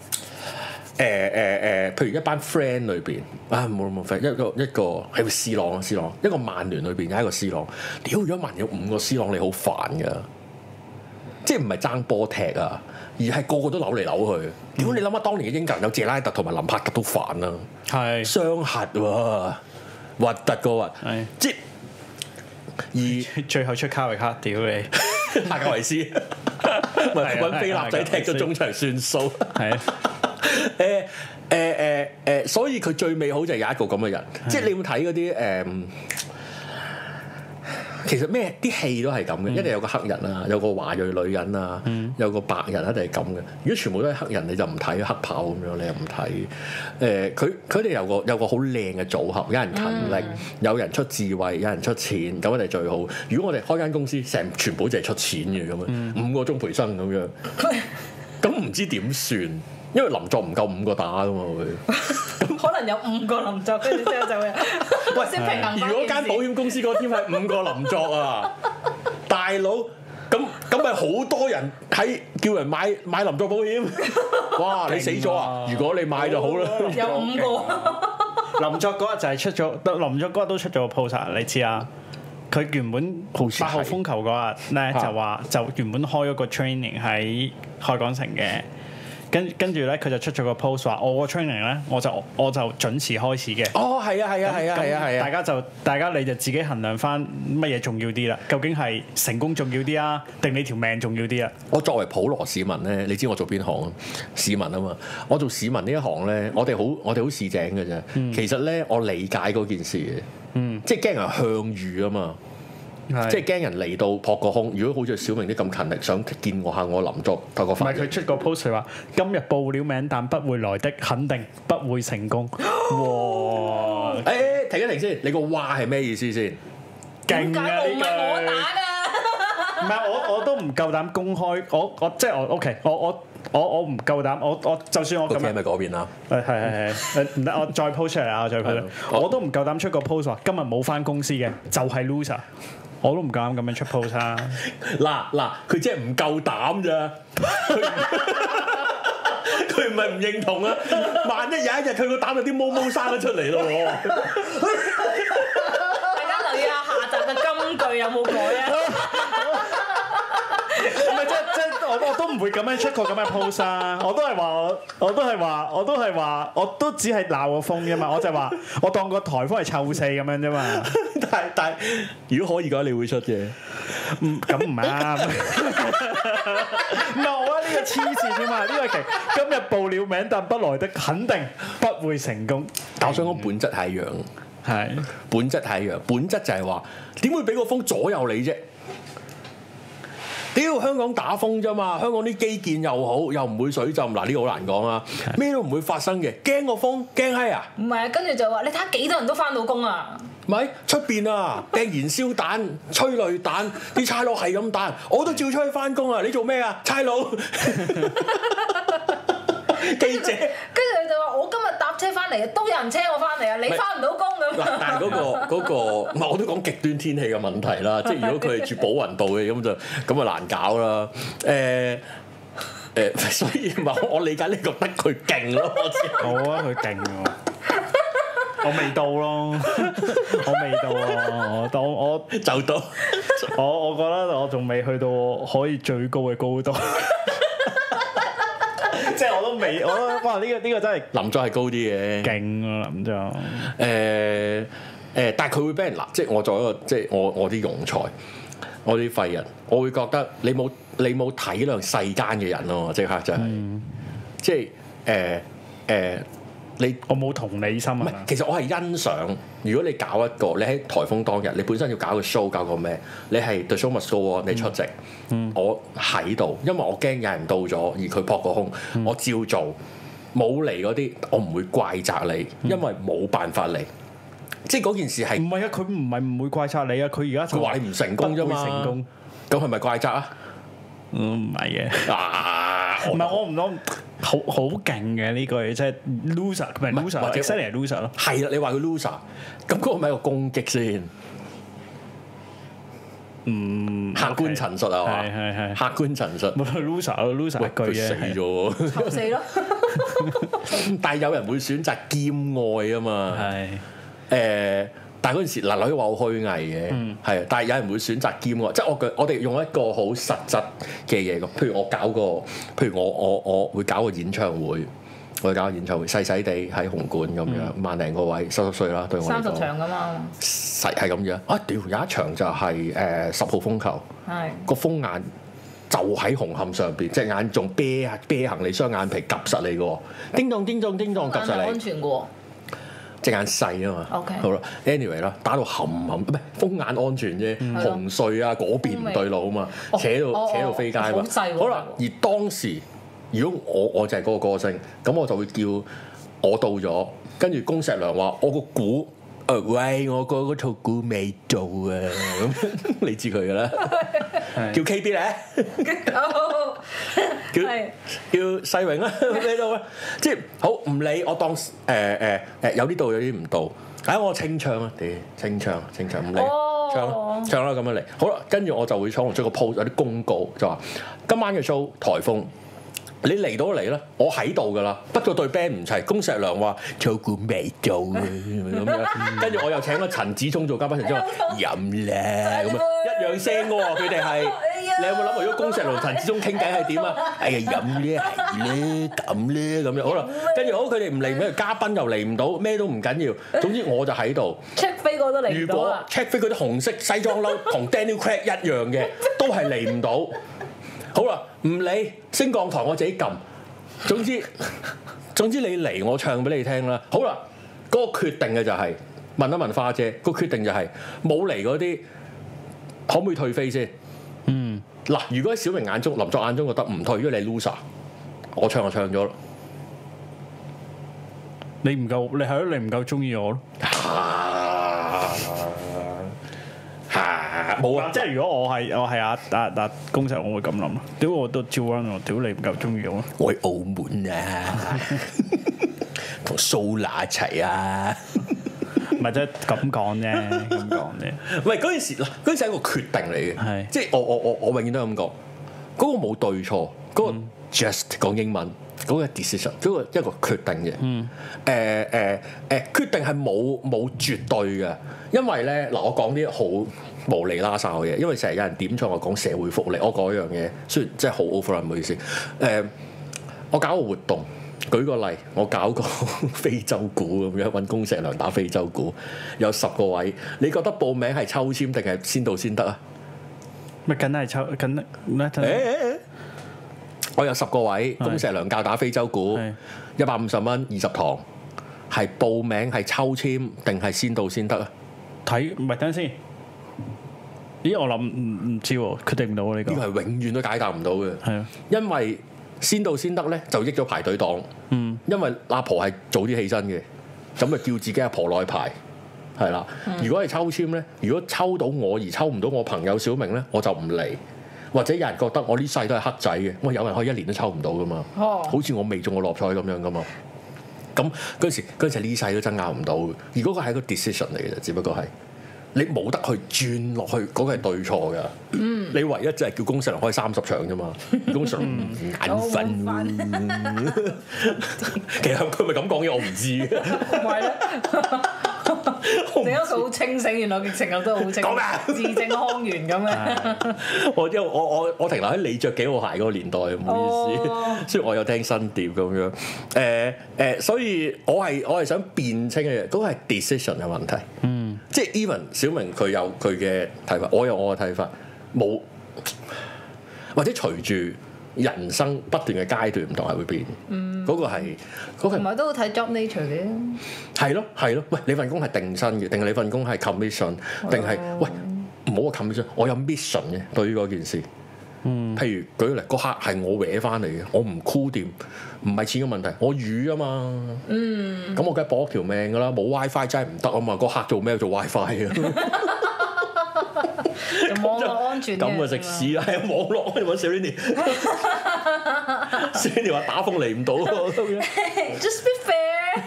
誒誒誒，譬如一班 friend 裏邊啊，冇冇 friend，一個一個係咪 C 朗啊，C 朗，一個曼聯裏邊有一個 C 朗，屌如果曼聯有五個 C 朗，你好煩噶，即係唔係爭波踢啊，而係個個都扭嚟扭去。屌你諗下，當年嘅英格蘭有謝拉特同埋林柏特都煩啦、
係
雙核喎，核突個核，
係
即係而。
最後出卡維卡，屌你
帕格
[laughs]
維斯，揾
係啊
揾菲臘仔踢咗中場算數。
係啊
[laughs] 誒誒誒誒，所以佢最美好就係有一個咁嘅人，即係你會睇嗰啲誒。其實咩啲戲都係咁嘅，一定有個黑人啊，有個華裔女人啊，有個白人一定係咁嘅。如果全部都係黑人，你就唔睇黑豹咁樣，你又唔睇。誒，佢佢哋有個有個好靚嘅組合，有人勤力，有人出智慧，有人出錢，咁一定最好。如果我哋開間公司，成全部就係出錢嘅咁樣，五個鐘培生咁樣，咁唔知點算？因為林作唔夠五個打噶嘛佢。
可能有五個林作，跟住之後就會先平衡翻
如果間保
件事
險公司嗰 team 係五個林作啊， [laughs] 大佬咁咁咪好多人喺叫人買買林作保險， [laughs] 哇！你死咗啊！如果你買就好啦。
有五個，
林作嗰日就係出咗，林作嗰日都出咗個 post 啊，你知啊。佢原本
好似係
八號風球嗰日咧就話就原本開咗個 training 喺海港城嘅，跟跟住咧佢就出咗個 post 話我個 training 咧我就我就準時開始嘅。
[laughs] 哦，係啊，係啊，係啊，
咁
係啊，係
大
啊。
家就大家你就自己衡量翻乜嘢重要啲啦，究竟係成功重要啲啊，定你條命重要啲啊？
我作為普羅市民咧，你知我做邊行啊？市民啊嘛，我做市民呢一行咧，我哋好我哋好市井嘅啫。其實咧，我理解嗰件事嘅，即係驚人向遇啊嘛。即係驚人嚟到撲個空。如果好似小明啲咁勤力，想見我下我林作透過
唔
發
係佢出個 post 佢話：今日報了名，但不會來的，肯定不會成功。哇！
誒、停一停先，你個話係咩意思先？
點
勁
解
啊！
我唔係
呢句唔係我我
我打
都唔夠膽公開，我我即係我 OK，我我我我唔夠膽，我我就算我
個
咁
係
樣
咪嗰邊啊？
誒係係係誒唔得，我再 post 出嚟啊！我再 post，出嚟
好
我都唔夠膽出個 post 話今日冇翻公司嘅，就係 loser。我都唔夠膽咁樣出 post 啊！
嗱嗱，佢即係唔夠膽咋。 [laughs] 佢唔係唔認同啊！萬一有一日佢個膽有啲毛毛生咗出嚟咯 [laughs] 喎，
㗎！ [laughs] 大家留意下下集嘅金句有冇改啊？
唔係即即我我都唔會咁樣出個咁嘅 post [laughs] 啊！我都係話我我都係話我都係話我都只係鬧個風啫嘛！我就話我當個颱風係臭四咁樣啫嘛！
但係但係，如果可以嘅話，你會出嘅。
唔嗯咁唔啱，唔係我覺得呢個黐線添嘛！呢個劇今日報了名，但不來的肯定不會成功。
但我想講本質係一樣，
係
本質係一樣，本質就係話點會俾個風左右你啫？屌香港打風啫嘛，香港啲基建又好，又唔會水浸，嗱呢個好難講啊，咩都唔會發生嘅，驚個風驚閪啊！
唔係啊，跟住就話你睇下幾多人都翻到工啊！
咪出邊啊，掟燃燒彈、催淚彈，啲差佬係咁彈，我都照出去翻工啊！你做咩啊，差佬？ [laughs] 記者
跟住佢就話我今日搭車翻嚟啊，都有人車我翻嚟啊，你
唔係
翻唔到工咁
嗱，但
啊。
係嗰、個嗰、個唔係我都講極端天氣嘅問題啦，即係如果佢係住寶雲道嘅咁就咁啊難搞啦。誒、誒、 [laughs] 所以咪我我理解你覺得佢勁咯， [laughs] 我知
好啊，佢勁喎。我未到 [laughs] 咯，我未到啊！我當我
就到。
我我覺得我仲未去到可以最高嘅高 [laughs] 度，即係我都未，我都哇呢、個呢、個真係
林作係高啲嘅。
勁啊林就
誒、誒，但係佢會俾人鬧，即係我作為一個即係我我啲庸才，我啲廢人，我會覺得你冇你冇體諒世間嘅人咯，即刻就係、即係誒誒，你
我冇同理心
唔係
啊！，
其實我係欣賞。如果你搞一個，你喺颱風當日，你本身要搞個 show，搞個咩？你係 the show must go on，你出席，我喺度，因為我驚有人到咗，而佢撲個空，我照做。冇嚟嗰啲，我唔會怪責你，因為冇辦法嚟。即係嗰件事係
唔係啊，佢唔係唔會怪責你啊，佢而家就
佢話你唔成功啫
不
嘛
會成功，
咁係咪怪責啊？
嗯唔係嘅，
啊！
唔係我唔諗，
好好勁嘅呢句，即係 loser 唔係
唔係或者
loser，犀利係 loser 咯。
係啦，你話佢 loser，咁嗰個咪一個攻擊先。嗯，客觀陳述啊嘛，
係係係
客觀陳述。
冇論 loser 咯，loser
喂，
一句
佢死
啫。
咗喎，
臭死咯，
[clears throat] 但係有人會選擇兼愛啊嘛。
係
誒、但係嗰陣時嗱，你可以話好虛偽嘅，係、
嗯
啊，但係有人會選擇兼愛，即係我嘅我哋用一個好實質嘅嘢咁，譬如我搞個，譬如我我我會搞個演唱會。我會搞個演唱會，細細地喺紅館咁樣，萬零個位，濕濕碎啦，對我嚟
嗯三十
講
場噶嘛，
實係咁樣。啊，屌，有一場就係誒十號風球，
係
個風眼就喺紅磡上邊，隻眼仲啤啊啤行李雙眼皮及實你嘅喎，叮當叮當叮當及
眼
實
係
你
安。全嘅喎， [laughs]
隻眼細啊嘛
OK
好啦，anyway 啦，打到冚冚，唔係風眼安全啫，紅隧啊嗰邊唔對路啊嘛，
嗯哦
扯到
哦
扯到飛街啊
好
嘛
細，喎
好啦，而當時如果我我就係嗰個歌星，咁我就會叫我到咗，跟住公石良話我個鼓。誒喂，我個嗰套鼓未做啊，咁 [laughs] 你知佢噶
[laughs]
啦，叫 K B 咧，
好
叫
係
叫世榮
[laughs]
啦，咩都好啦啊即係好唔理我當誒誒誒有啲到有啲唔到，唉我清唱啊，屌清唱清唱唔理
哦
唱啦唱啦咁樣嚟，好啦，跟住我就會創出個 post 有啲公告就話今晚嘅 show 颱風。你嚟到嚟啦，我喺度噶啦，不過對 band 唔齊。公石良話做股未做啊咁
[laughs]
樣，跟住我又請咗陳子聰做嘉賓，陳
哎
子聰話飲啦咁樣，一樣聲嘅喎，佢哋係。你有冇諗過如果公石同陳志忠傾偈係點啊？哎呀，飲咧係咧咁咧咁樣，好啦，跟住好佢哋唔嚟，咩嘉賓又嚟唔到，咩都唔緊要，總之我就喺度。
check 飛嗰都嚟
如
唔到
果
啊，
check 飛嗰啲紅色西裝褸 [laughs] 同 Daniel Craig 一樣嘅，都係嚟唔到。好啦，唔理升降台我自己撳。總之總之你嚟我唱俾你聽啦。好啦，嗰、個決定嘅就係、問一問花姐，個決定就係冇嚟嗰啲可唔可以退飛先？嗯，嗱，如果喺小明眼中、林作眼中覺得唔退，因為你 loser，我唱就唱咗啦。
你唔夠，你係咯，你唔夠中意我咯。
啊啊冇啊！
即係如果我係我係阿阿阿公仔，我會咁諗咯。屌我都照 run 我，屌你唔夠中意我咯。
我去澳門啊，同蘇娜一齊啊。
唔係即係咁講
[laughs]
啫，咁講啫。
喂，嗰陣時嗱，嗰陣時係一個決定嚟嘅，
係
即係我我我我永遠都係咁講，嗰、個冇對錯，嗰、個 just 講英文，嗰、個 decision，嗰個一個決定嘅。嗯。誒誒誒，決定係冇冇絕對嘅，因為咧嗱，我講啲好無理拉哨嘅嘢，因為成日有人點錯我講社會福利，我講一樣嘢，雖然即係好 over 啦，唔好意思。誒、我搞個活動，舉個例，我搞個 [laughs] 非洲鼓咁樣，揾公石良打非洲鼓，有十個位，你覺得報名係抽籤定係先到先得啊？
咪梗係抽，梗咧
嗯
誒、我有十個位，公石良教打非洲鼓
係，
一百五十蚊二十堂，係報名係抽籤定係先到先得啊？
睇，唔係等陣先。咦，我諗唔唔知喎，決定唔到喎呢
哦
呢個
個。
係永遠都解答唔到嘅，
係啊，
因為先到先得咧，就益咗排隊黨。 [laughs]
嗯，
因為阿婆係早啲起身嘅，咁就叫自己阿婆內排，係啦。如果係抽籤咧，如果抽到我而抽唔到我朋友小明咧，我就唔嚟。或者有人覺得我呢世都係黑仔嘅，啊我有人可以一年都抽唔到噶嘛，
哦
好似我未中過六合彩咁樣噶嘛。咁嗰陣時，嗰陣時呢世都爭拗唔到嘅。而嗰個係一個 decision 嚟嘅啫，只不過係你冇得去轉落去，嗰、個係對錯㗎。嗯，你唯一就係叫公社能開三十場啫
[laughs]
嘛，公社能唔眼瞓
好眼
喎。 [laughs] 其實佢咪咁講嘢， [laughs] 我唔知嘅。
唔係咧，
我唔
你一個好清醒，原來嘅情況都好清
講咩啊
醒，字正腔圓咁樣，
[laughs] 我因為我我我停留喺你着幾號鞋嗰個年代，唔好意思。 [laughs]
哦
雖然我有聽新碟咁樣，誒、誒、所以我係我係想辨清嘅嘢，都係 decision 嘅問題。嗯，即係 even 小明佢有佢嘅睇法，我有我嘅睇法，冇或者隨住人生不斷嘅階段唔同係會變。嗯，嗰個係嗰、個
同
係
埋都好睇 job nature 嘅。
係咯係咯，喂，你份工係定薪嘅，定係你份工係 commission，定係喂唔好話 commission，我有 mission 嘅對於嗰件事。譬如舉例，個客係我搲翻嚟嘅，我唔箍掂，唔係錢嘅問題，我魚啊嘛，嗯，咁我梗係搏條命㗎啦，冇 WiFi 真係唔得啊嘛，個客做咩做 WiFi 啊？
就網絡安全嘅
咁啊食屎啦！係啊網絡我哋揾 Selina，Selina 話打風嚟唔到喎。
Just be fair.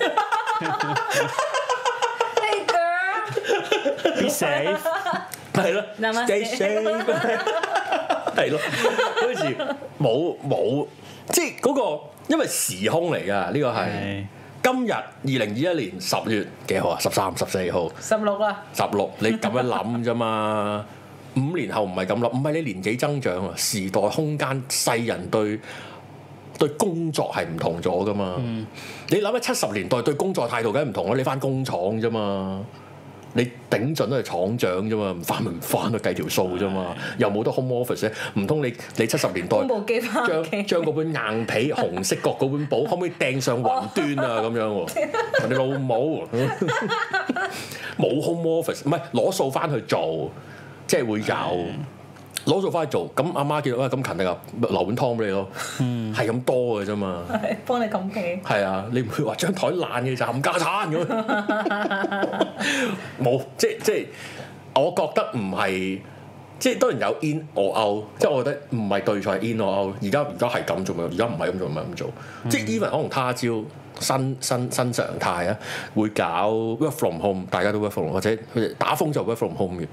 [laughs]
hey girl.
必死。
係咯
Namaste
，stay safe，係咯，嗰時冇冇，即係嗰個因為時空嚟㗎，呢個係
係
今日二零二一年十月幾號啊？十三、十四號。
十六啦，
十六，你咁樣諗啫嘛。五年後唔係咁諗，唔係你年紀增長啊，時代空間世人對對工作係唔同咗噶嘛。你諗喺七十年代對工作態度梗係唔同啦，你翻工廠啫嘛。你頂盡都係廠長啫嘛，唔翻咪唔翻咯，計條數啫嘛，又冇得 home office 咧，唔通你你七十年代
公布機翻屋
將
企。
將嗰本硬皮紅色角嗰本簿，可唔可以掟上雲端啊？咁樣喎，你老母冇 home office，唔係攞數翻去做，即係會有攞數翻去做。咁阿媽見到喂咁勤力啊，咪留碗湯俾你咯，係咁多嘅啫嘛。
係幫你冚被，
係啊，你唔會話張台爛嘅就冚家產咁 [laughs] 樣，冇即係即係，我覺得唔係。即係當然有 in or out，即係我覺得唔係對錯係 in or out。而家而家係咁做咪，而家唔係咁做咪咁做。即
嗯
係 even 可能他朝新新新常態啊，會搞 work from home，大家都 work from home，或者佢哋打風就 work from home 嘅。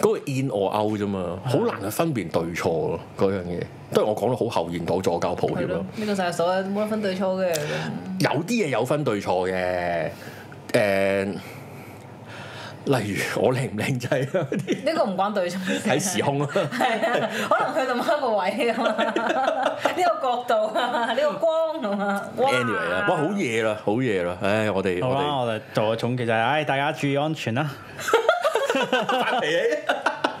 嗰、個 in or out 啫嘛，好難去分辨對錯咯嗰樣嘢。都係我講到好後現代左交抱
係
歉
咯
咯。，
呢個世界所有都冇得分對錯
[laughs]
嘅。
有啲嘢有分對錯嘅，誒、例如我靚唔靚仔
[laughs]
啊，
呢個唔關對錯事。
睇時空啊，
係啊， [laughs] 可能去到某一個位
[laughs]
咁啊，呢個角度啊，呢個光咁啊。哇
anyway 啦，哇好夜啦，好夜啦，唉，我哋
好啊
我
啦，我
哋
哋做個總結就係，唉，大家注意安全啦。
發脾氣，
冇冇啊冇啊
多謝大家訪問。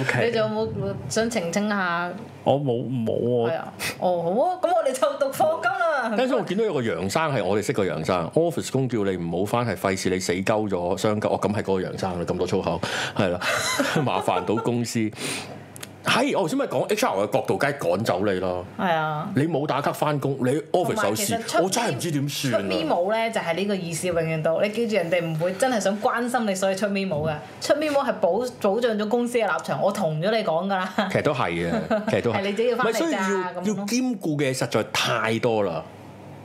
，OK
你仲有冇呃想澄清下？
我冇冇
係
啊，
啊，哦好啊，咁我哋就讀課金啦。
跟住我見到有個楊生係我哋識個楊生，office 工叫你唔好翻係費事你死鳩咗傷鳩，哦咁係嗰個楊生啦，咁多粗口，係啦， [laughs] 麻煩到公司。係，我頭先咪講 HR 嘅角度，梗係趕走你啦。
係啊。
你冇打卡翻工，你 office 有事
同埋其實，出
我真係唔知點算
出
啊！
memo 咧就係呢個意思，永遠都你記住人哋唔會真係想關心你，所以出 memo 嘅。出 memo 係保保障咗公司嘅立場，我同咗你講㗎啦。 [laughs]
[laughs] 其實都係嘅，其實都係。
係你自己要
唔
返
係，
嚟
所以要
咋咁
要
咯
兼顧嘅實在太多啦。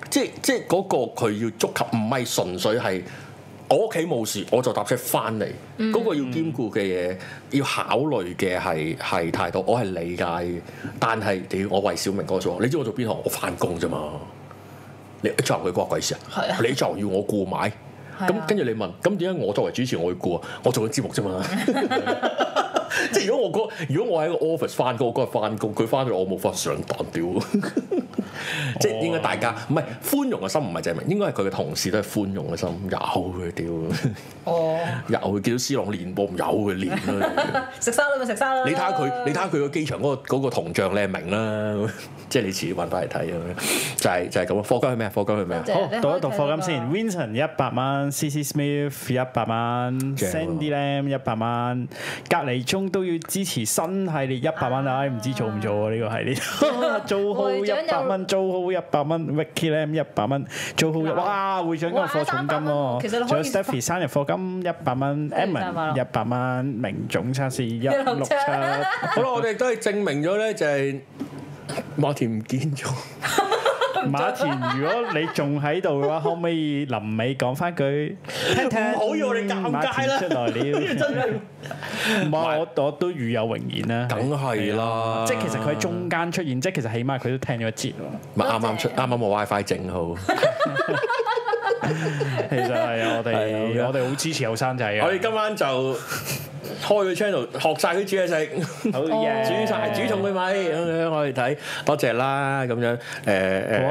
即即嗰個佢要觸及，唔係純粹係我屋企冇事，我就搭車翻嚟。嗰、
嗯
個要兼顧嘅嘢，要考慮嘅係係太多。我係理解嘅，但係屌我為小明哥做，你知我做邊行？我翻工啫嘛。你 H R 佢關我鬼事啊
係啊！
你 H R 要我顧買，
係啊
咁跟住你問，咁點解我作為主持我要顧啊？我做緊節目啫
[laughs]
嘛。即係如果我嗰如果我喺個 office 翻工，我嗰日翻工，佢翻到嚟我冇翻上當屌。即
哦
係應該大家唔係寬容嘅心，唔係鄭明，應該係佢嘅同事都係寬容嘅心，有佢屌，
哦，
有佢見到斯朗練波，有佢練
[laughs]
啦。
食沙律咪食沙律。
你睇下佢，你睇下佢個機場嗰、個嗰個銅像，你係明啦。即係你遲啲揾翻嚟睇咁樣，就係、就係咁啊。課金係咩啊？課金係咩
Dạ,
啊？
好，讀一讀課金先。Vincent 一百蚊，CC Smith 一百蚊
正喎
，Sandy Lam 一百蚊，隔離中都要支持新系列一百蚊啊！唉唔知做唔做啊？呢個系列，做好
會
一
長有
百蚊，做好一百蚊，Vicky Lam 一百蚊，做好一哇！會長今日課重金
哇
喎，
300蚊其實你
仲
可
有
以
Stephy 生日課金一百蚊
300蚊
，Emma 一百蚊，明總測試一
六
六
七
七，
[laughs] 好啦，我哋都係證明咗咧，就係馬田唔見
[laughs]
咗。 [laughs]
馬田，如果你仲喺度嘅話，可唔可以臨尾講翻句？聽聽，
[laughs] 唔好要我哋尷尬啦
出來了，
[laughs]
唔係我我都與有榮焉啦。
梗係啦，
即係其實佢喺中間出現，即係其實起碼佢都聽咗一節喎。
[laughs] 咪啱啱出，啱啱我 WiFi 整好。我
其實係啊，我
係啊
哋我哋好支持後生仔啊嘅。
哋今晚就開個 channel，學晒佢煮嘢食，
[laughs] 好嘢，
煮晒煮餸佢咪咁樣，我哋睇，多謝啦咁
好
樣。
開
誒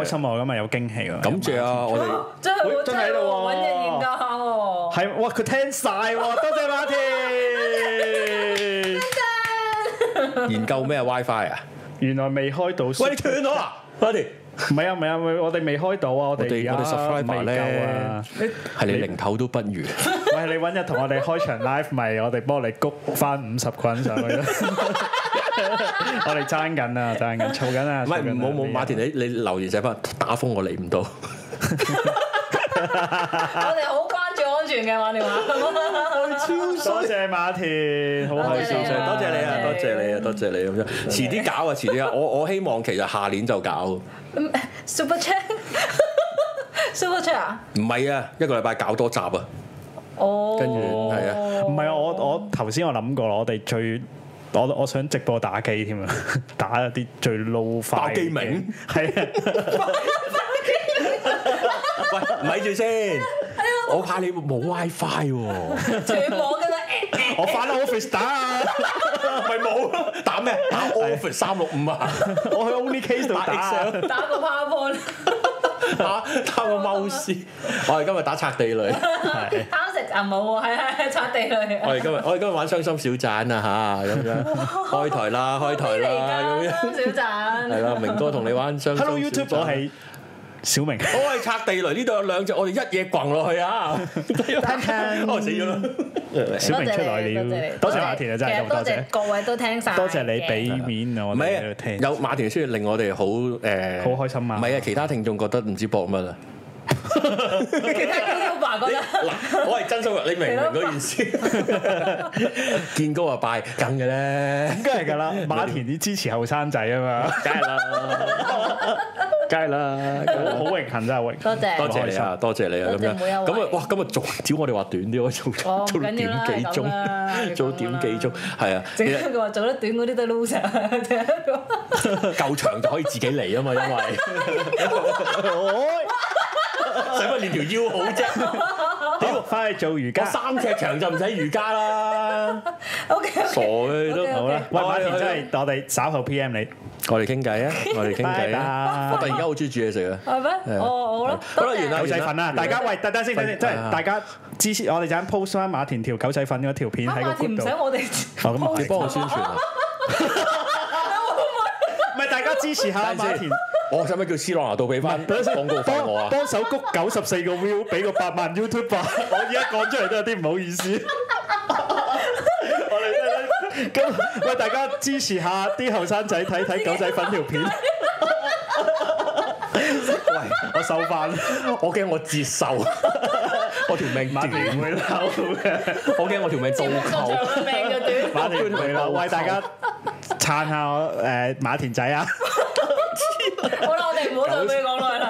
誒，
心啊！我今日有驚喜喎。
感謝
[laughs]
啊，我哋。
真係
喂
喎
真
真
係
係
喎
喎，揾人
[laughs]
研究下喎。
係哇，佢聽晒喎，多謝馬田。
研究咩 WiFi 啊？
原來未開到，
喂，你斷咗啦，我哋
唔係啊，唔係啊，我哋未開到啊，我
我哋
哋
我哋
而家
subscriber
未夠
咧
啊。，
係你零頭都不如。
喂，你揾日同我哋開場 live 咪，我哋幫你谷翻五十個人上去咯。 [laughs] 我哋爭緊啊，爭緊，嘈緊啊，
唔係唔好冇馬田，你你
[laughs]
留言寫翻打風我嚟唔到。
我哋好關注安全嘅玩電話。
多謝馬田，好
多
開
謝
心
多
你啊
謝你啊，多
多
謝
謝
你啊，多謝你咁樣。遲啲搞啊，遲啲啊，我我希望其實下年就搞，唔
Super [laughs] Chat，Super Chat à? 啊！
係啊，一個禮拜搞多集啊。
哦，
跟住係啊
唔
[laughs]
係啊！我我頭先我諗過啦，我哋最我我想直播打機添啊， [laughs] 打一啲最 low 快
爆機
嘅
名，
係啊，
喂，咪住先，我怕你冇 WiFi 喎，
全網㗎啦。
我翻 office
[laughs]
打啊，
咪冇咯，打咩？打 Office 三六五啊，
我去 Only Case 度
打
打啊
Excel，
打個 PowerPoint，
打打個 mouse，我哋今日打拆地雷。
係
打食啊冇喎，係係係擦地雷啊
我。哋今日我哋今日玩傷心小盞啊嚇，咁樣開台啦，開台
咩嚟
啦，咁
㗎
樣
三小
係
陣，
啦，明哥同你玩傷心
Hello
小盞
YouTube，我係小明，
我係拆地雷，呢度有兩隻，我哋一嘢滾落去
[laughs]
啊！
嗯
我死咗啦！
小明出來
多
了
謝你，
多謝馬田啊，真係
其實多
多謝
謝，各位都聽晒嘅，
多謝你
[laughs]
俾面啊，
唔
我哋喺度
係啊
聽，
有馬田需要令我哋好誒，
好開心啊
唔係啊，其他聽眾覺得唔知播乜啦。啊
其他 YouTuber 覺得。
嗱，我係真心話，你明唔明嗰件
[laughs]
事？見高啊拜，梗嘅咧，
梗係㗎 [laughs] 啦，馬田啲支持後生仔啊嘛，
梗係啦，梗係啦，梗係啦
好榮幸真係榮幸， [laughs]
多謝
多謝你啊，多謝你啊，咁
多謝
樣
每一位
咁啊，哇！今日仲屌我哋話短啲，我做
哦唔
做點
緊
幾
要啦係咁
鐘，
啦係咁啦
做點幾鐘，係啊，其
整
實
一個話做得短嗰啲都 [laughs] loser，整一個
夠長就可以自己嚟啊嘛，因為使乜練條腰好 [laughs] 啫？
好，翻去做瑜
我
伽，
三尺長就唔使瑜伽啦，
OK
傻嘅都
OK，OK
好
好啦，喂馬田
係
真係我哋稍後 PM 你，
我哋傾偈 [laughs] 啊，我哋傾偈啊，
拜拜
我突然間好中意煮嘢食啊！
係咩？
係啊
哦好啦，
好啦啊
多謝
完啦
狗仔粉啦，大家喂，等等先，等等先，即
啊
係大家支持我哋就咁 post 翻馬田條狗仔粉嗰條片
啊
喺個
馬田
group
唔
度，
使
哦
我哋，
[laughs] 咁啊
你幫我宣傳啊！
唔係大家支持下
等陣
馬
先
田，，
我使唔使叫斯朗拿度俾翻
等陣
廣告費我啊
幫？幫手谷九十四個 view，俾個八萬 YouTube 啊！我而家講出嚟都有啲唔好意思。我哋真係咁喂，大家支持下啲後生仔睇睇狗仔粉條片。喂，我收翻，
我驚我折 [laughs] 壽，我條命
馬田
短
唔。會嬲嘅。
[laughs] 我驚我條命倒
節目咁長
扣，
嘅命就短。
馬田唔會嬲，喂大家撐下我誒馬田仔啊！
好啦，我哋唔好再俾佢講耐啦。
[laughs]